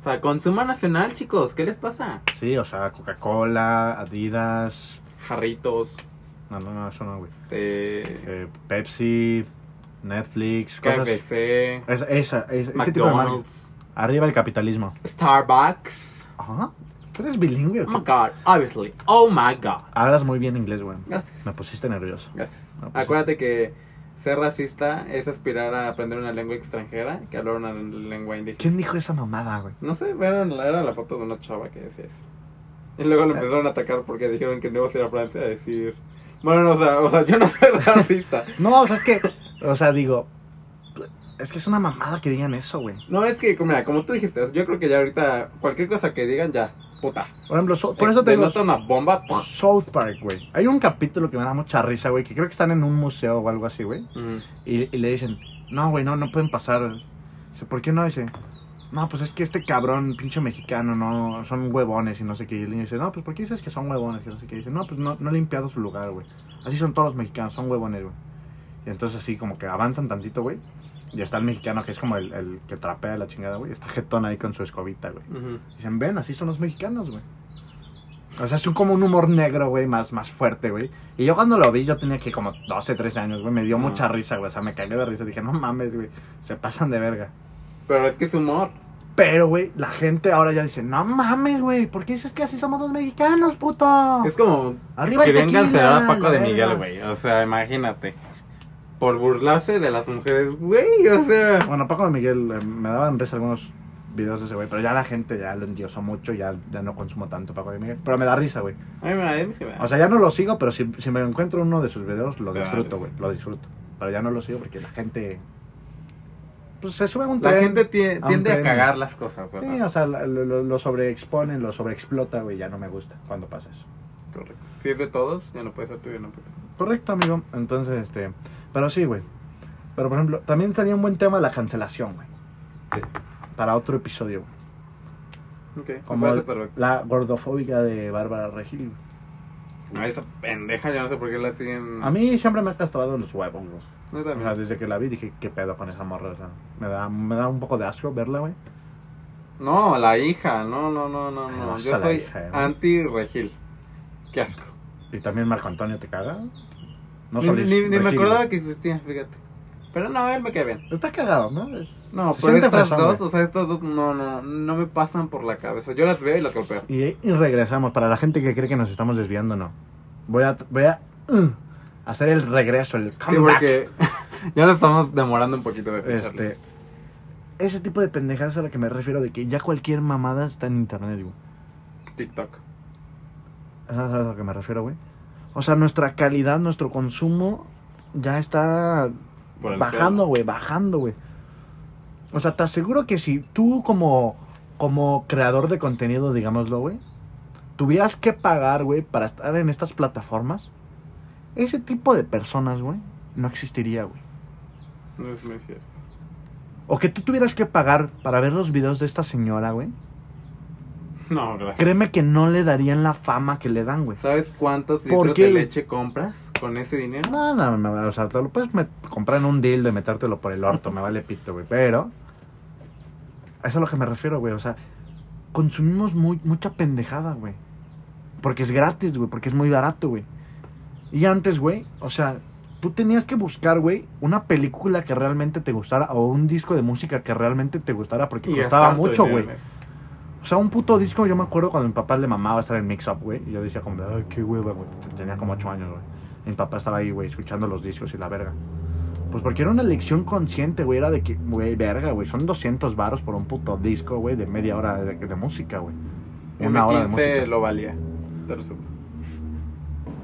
[SPEAKER 2] O sea, consuma nacional, chicos. ¿Qué les pasa?
[SPEAKER 1] sí, o sea, Coca-Cola, Adidas,
[SPEAKER 2] Jarritos,
[SPEAKER 1] no, no, no, eso no, güey.
[SPEAKER 2] este,
[SPEAKER 1] eh, Pepsi, Netflix, cosas.
[SPEAKER 2] KFC,
[SPEAKER 1] Es- esa, es- ese tipo de marcas.
[SPEAKER 2] McDonald's,
[SPEAKER 1] Arriba el capitalismo.
[SPEAKER 2] Starbucks.
[SPEAKER 1] Ajá. Tú eres bilingüe.
[SPEAKER 2] Oh
[SPEAKER 1] o
[SPEAKER 2] my
[SPEAKER 1] qué?
[SPEAKER 2] god, obviously. Oh my god.
[SPEAKER 1] Hablas muy bien inglés, güey.
[SPEAKER 2] Gracias.
[SPEAKER 1] Me pusiste nervioso.
[SPEAKER 2] Gracias.
[SPEAKER 1] No, pues,
[SPEAKER 2] Acuérdate que ser racista es aspirar a aprender una lengua extranjera que hablar una lengua indígena.
[SPEAKER 1] ¿Quién dijo esa mamada, güey?
[SPEAKER 2] No sé, era, era la foto de una chava que decía eso. Y luego
[SPEAKER 1] Ah.
[SPEAKER 2] lo empezaron a atacar porque dijeron que no iba a ir a Francia a decir. Bueno, no, o sea, o sea, yo no soy <laughs> racista.
[SPEAKER 1] No, o sea, es que. O sea, digo. Es que es una mamada que digan eso, güey.
[SPEAKER 2] No, es que, mira, como tú dijiste, yo creo que ya ahorita cualquier cosa que digan ya, puta.
[SPEAKER 1] Por ejemplo, so-
[SPEAKER 2] Eh,
[SPEAKER 1] por eso te digo.
[SPEAKER 2] Denota una bomba.
[SPEAKER 1] South Park, güey. Hay un capítulo que me da mucha risa, güey. Que creo que están en un museo o algo así, güey.
[SPEAKER 2] Ujú.
[SPEAKER 1] Y, y le dicen, no, güey, no, no pueden pasar. Dice, ¿por qué no? Dice, no, pues es que este cabrón, pinche mexicano, no, son huevones y no sé qué. Y el niño dice, no, pues ¿por qué dices que son huevones y no sé qué? Dice, no, pues no, no he limpiado su lugar, güey. Así son todos los mexicanos, son huevones, güey. Y entonces así como que avanzan tantito, güey. Y está el mexicano que es como el, el que trapea la chingada, güey. Está jetón ahí con su escobita, güey.
[SPEAKER 2] Ujú.
[SPEAKER 1] Dicen, ven, así son los mexicanos, güey. O sea, es un- como un humor negro, güey, más, más fuerte, güey. Y yo cuando lo vi, yo tenía que como 12, 13 años, güey. Me dio
[SPEAKER 2] Ah.
[SPEAKER 1] mucha risa, güey. O sea, me cagué de risa. Dije, no mames, güey. Se pasan de verga.
[SPEAKER 2] Pero es que es humor.
[SPEAKER 1] Pero, güey, la gente ahora ya dice, no mames, güey. ¿Por qué dices que así somos los mexicanos, puto?
[SPEAKER 2] Es como
[SPEAKER 1] Arriba el
[SPEAKER 2] Querían
[SPEAKER 1] tequila,
[SPEAKER 2] cancelar a
[SPEAKER 1] la
[SPEAKER 2] Paco de
[SPEAKER 1] verga.
[SPEAKER 2] Miguel, güey. O sea, imagínate. Por burlarse de las mujeres, güey. O sea.
[SPEAKER 1] Bueno, Paco de Miguel, eh, me daban risa algunos videos de ese güey. Pero ya la gente ya lo endiosó mucho. Ya, ya no consumo tanto Paco de Miguel. Pero me da risa, güey.
[SPEAKER 2] Ay, mira, a mí sí me da.
[SPEAKER 1] O sea, ya no lo sigo, pero si, si me encuentro uno de sus videos, lo
[SPEAKER 2] Claro,
[SPEAKER 1] disfruto,
[SPEAKER 2] sí.
[SPEAKER 1] güey. Lo disfruto. Pero ya no lo sigo porque la gente. Pues se sube a un
[SPEAKER 2] la
[SPEAKER 1] tren.
[SPEAKER 2] gente tie-
[SPEAKER 1] a un
[SPEAKER 2] tiende a
[SPEAKER 1] tren.
[SPEAKER 2] cagar las cosas, ¿verdad?
[SPEAKER 1] Sí, o sea, la- lo, lo- lo sobreexponen, lo sobreexplota, güey. Ya no me gusta cuando pasa eso.
[SPEAKER 2] Correcto. Si es de todos, ya no puede ser tuyo, no puede.
[SPEAKER 1] Correcto, amigo. Entonces, este. Pero sí, güey. Pero por ejemplo, también tenía un buen tema la cancelación, güey. Para otro episodio, güey.
[SPEAKER 2] Ok, me
[SPEAKER 1] Como
[SPEAKER 2] parece perfecto.
[SPEAKER 1] la gordofóbica de Bárbara Regil. güey.
[SPEAKER 2] No, esa pendeja, yo no sé por qué la siguen.
[SPEAKER 1] A mí siempre me ha castrado los huevos, güey.
[SPEAKER 2] No,
[SPEAKER 1] O sea,
[SPEAKER 2] también.
[SPEAKER 1] desde que la vi dije, qué pedo con esa morra. O sea, me da, me da un poco de asco verla, güey.
[SPEAKER 2] No, la hija. No, no, no, no.
[SPEAKER 1] Ay,
[SPEAKER 2] no.
[SPEAKER 1] vas a
[SPEAKER 2] Yo
[SPEAKER 1] la
[SPEAKER 2] soy
[SPEAKER 1] hija, ¿eh?
[SPEAKER 2] anti-regil. Qué asco.
[SPEAKER 1] Y también Marco Antonio te caga. No
[SPEAKER 2] ni
[SPEAKER 1] Solís,
[SPEAKER 2] ni- ni me
[SPEAKER 1] Regil.
[SPEAKER 2] acordaba que existía, fíjate. Pero no, él me cae bien.
[SPEAKER 1] Está cagado, ¿no? Es-
[SPEAKER 2] No,
[SPEAKER 1] se Pues
[SPEAKER 2] pero
[SPEAKER 1] siente
[SPEAKER 2] estas
[SPEAKER 1] fresón,
[SPEAKER 2] dos,
[SPEAKER 1] güey.
[SPEAKER 2] o sea, estas dos no, no, no me pasan por la cabeza. Yo las veo y las golpeo.
[SPEAKER 1] Y, y regresamos. Para la gente que cree que nos estamos desviando, no. Voy a, voy a uh, hacer el regreso, el
[SPEAKER 2] Sí,
[SPEAKER 1] comeback.
[SPEAKER 2] porque <laughs> ya lo estamos demorando un poquito de
[SPEAKER 1] este,
[SPEAKER 2] este...
[SPEAKER 1] ese tipo de pendejadas a la que me refiero, de que ya cualquier mamada está en internet, güey.
[SPEAKER 2] TikTok.
[SPEAKER 1] ¿Sabes a lo que me refiero, güey? O sea, nuestra calidad, nuestro consumo ya está
[SPEAKER 2] por el
[SPEAKER 1] bajando,
[SPEAKER 2] suelo.
[SPEAKER 1] güey, bajando, güey. O sea, te aseguro que si tú como, como creador de contenido, digámoslo, güey, tuvieras que pagar, güey, para estar en estas plataformas, ese tipo de personas, güey, no existiría, güey.
[SPEAKER 2] No es muy cierto.
[SPEAKER 1] O que tú tuvieras que pagar para ver los videos de esta señora, güey.
[SPEAKER 2] No, gracias.
[SPEAKER 1] Créeme que no le darían la fama que le dan, güey.
[SPEAKER 2] ¿Sabes cuántos
[SPEAKER 1] ¿Por
[SPEAKER 2] litros
[SPEAKER 1] qué,
[SPEAKER 2] de
[SPEAKER 1] güey?
[SPEAKER 2] leche compras con ese dinero?
[SPEAKER 1] No, no, me vale, o sea, te lo puedes met- comprar en un deal de metértelo por el orto, me vale pito, güey, pero... A eso es a lo que me refiero, güey, o sea, consumimos muy, mucha pendejada, güey. Porque es gratis, güey, porque es muy barato, güey. Y antes, güey, o sea, tú tenías que buscar, güey, una película que realmente te gustara o un disco de música que realmente te gustara porque costaba
[SPEAKER 2] gastar tu
[SPEAKER 1] mucho,
[SPEAKER 2] dinero
[SPEAKER 1] güey.
[SPEAKER 2] en eso.
[SPEAKER 1] O sea, un puto disco, yo me acuerdo cuando mi papá le mamaba estar en Mix Up, güey. Y yo decía como, ay, qué hueva, güey. Tenía como 8 años, güey. Mi papá estaba ahí, güey, escuchando los discos y la verga. Pues porque era una elección consciente, güey. Era de que, güey, verga, güey. Son 200 varos por un puto disco, güey, de media hora de, de música, güey. Una hora de
[SPEAKER 2] M15
[SPEAKER 1] música.
[SPEAKER 2] lo valía. Te lo juro.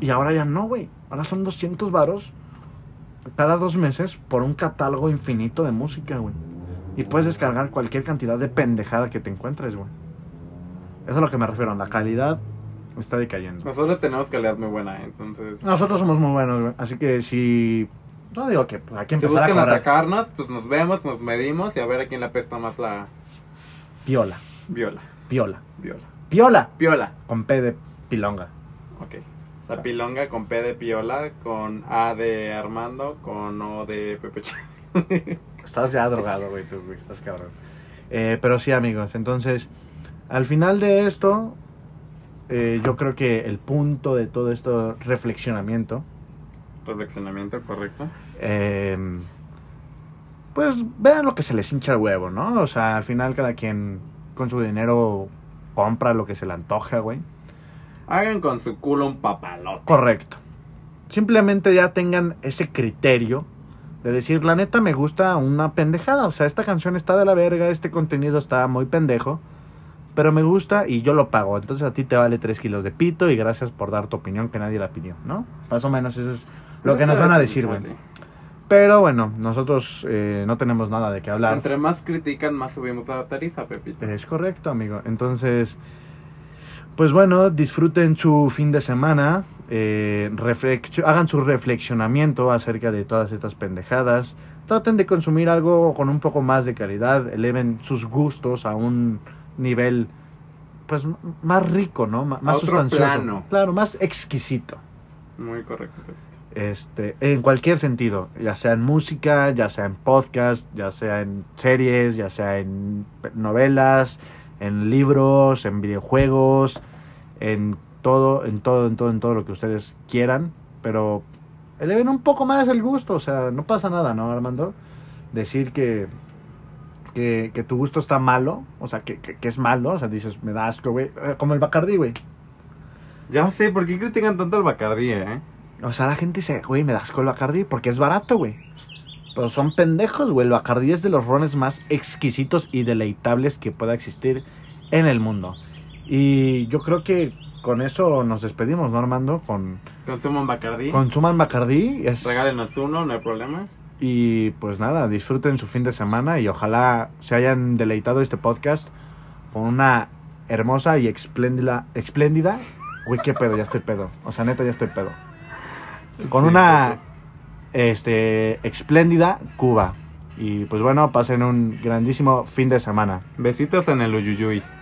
[SPEAKER 1] Y ahora ya no, güey. Ahora son 200 varos cada dos meses por un catálogo infinito de música, güey. Y puedes descargar cualquier cantidad de pendejada que te encuentres, güey. Eso es a lo que me refiero. La calidad está decayendo.
[SPEAKER 2] Nosotros tenemos calidad muy buena, entonces.
[SPEAKER 1] Nosotros somos muy buenos, güey. Así que si... No digo que pues, hay que
[SPEAKER 2] Si
[SPEAKER 1] empezar a
[SPEAKER 2] buscan
[SPEAKER 1] cobrar
[SPEAKER 2] atacarnos, pues nos vemos, nos medimos y a ver a quién le apesta más la
[SPEAKER 1] Piola,
[SPEAKER 2] viola.
[SPEAKER 1] piola,
[SPEAKER 2] Viola.
[SPEAKER 1] piola.
[SPEAKER 2] Viola.
[SPEAKER 1] Con P de pilonga.
[SPEAKER 2] Ok. La pilonga con P de piola, con A de Armando, con O de Pepe Ch-
[SPEAKER 1] Estás ya drogado, güey, tú, güey, estás cabrón. Eh, pero sí, amigos, entonces, al final de esto, eh, yo creo que el punto de todo esto reflexionamiento,
[SPEAKER 2] Reflexionamiento, correcto.
[SPEAKER 1] eh, pues vean lo que se les hincha el huevo, ¿no? O sea, al final cada quien con su dinero compra lo que se le antoja, güey.
[SPEAKER 2] Hagan con su culo un papalote.
[SPEAKER 1] Correcto. Simplemente ya tengan ese criterio de decir, la neta me gusta una pendejada. O sea, esta canción está de la verga, este contenido está muy pendejo, pero me gusta y yo lo pago. Entonces a ti te vale 3 kilos de pito y gracias por dar tu opinión que nadie la pidió, ¿no? Más o menos eso es lo que nos van a decir, güey. Pero bueno, nosotros eh, no tenemos nada de qué hablar.
[SPEAKER 2] Entre más critican, más subimos la tarifa, Pepito.
[SPEAKER 1] Es correcto, amigo. Entonces, pues bueno, disfruten su fin de semana, eh, reflexio- hagan su reflexionamiento acerca de todas estas pendejadas, traten de consumir algo con un poco más de calidad, eleven sus gustos a un nivel pues m- más rico, ¿no? M- más
[SPEAKER 2] otro
[SPEAKER 1] sustancioso.
[SPEAKER 2] plano.
[SPEAKER 1] Claro, más exquisito.
[SPEAKER 2] Muy correcto, Pepito.
[SPEAKER 1] Este, en cualquier sentido, ya sea en música, ya sea en podcast, ya sea en series, ya sea en pe- novelas, en libros, en videojuegos, en todo, en todo, en todo, en todo lo que ustedes quieran, pero eleven un poco más el gusto, o sea, no pasa nada, ¿no, Armando? Decir que que, que tu gusto está malo, o sea, que, que, que es malo, o sea, dices, me da asco, güey, eh, como el Bacardi, güey.
[SPEAKER 2] Ya sé, ¿por qué critican tanto al Bacardí, eh?
[SPEAKER 1] O sea, la gente dice, güey, me das con el Bacardi porque es barato, güey. Pero son pendejos, güey. El Bacardi es de los rones más exquisitos y deleitables que pueda existir en el mundo. Y yo creo que con eso nos despedimos, ¿no, Armando? Con,
[SPEAKER 2] Consuman Bacardí.
[SPEAKER 1] consuman Bacardi. es-
[SPEAKER 2] Regálenos uno, no hay problema.
[SPEAKER 1] y pues nada, disfruten su fin de semana y ojalá se hayan deleitado este podcast con una hermosa y espléndida... espléndida Güey, qué pedo, ya estoy pedo. O sea, neta, ya estoy pedo. Con
[SPEAKER 2] Sí,
[SPEAKER 1] una este, espléndida Cuba. Y pues bueno, pasen un grandísimo fin de semana.
[SPEAKER 2] Besitos en el Uyuyuy.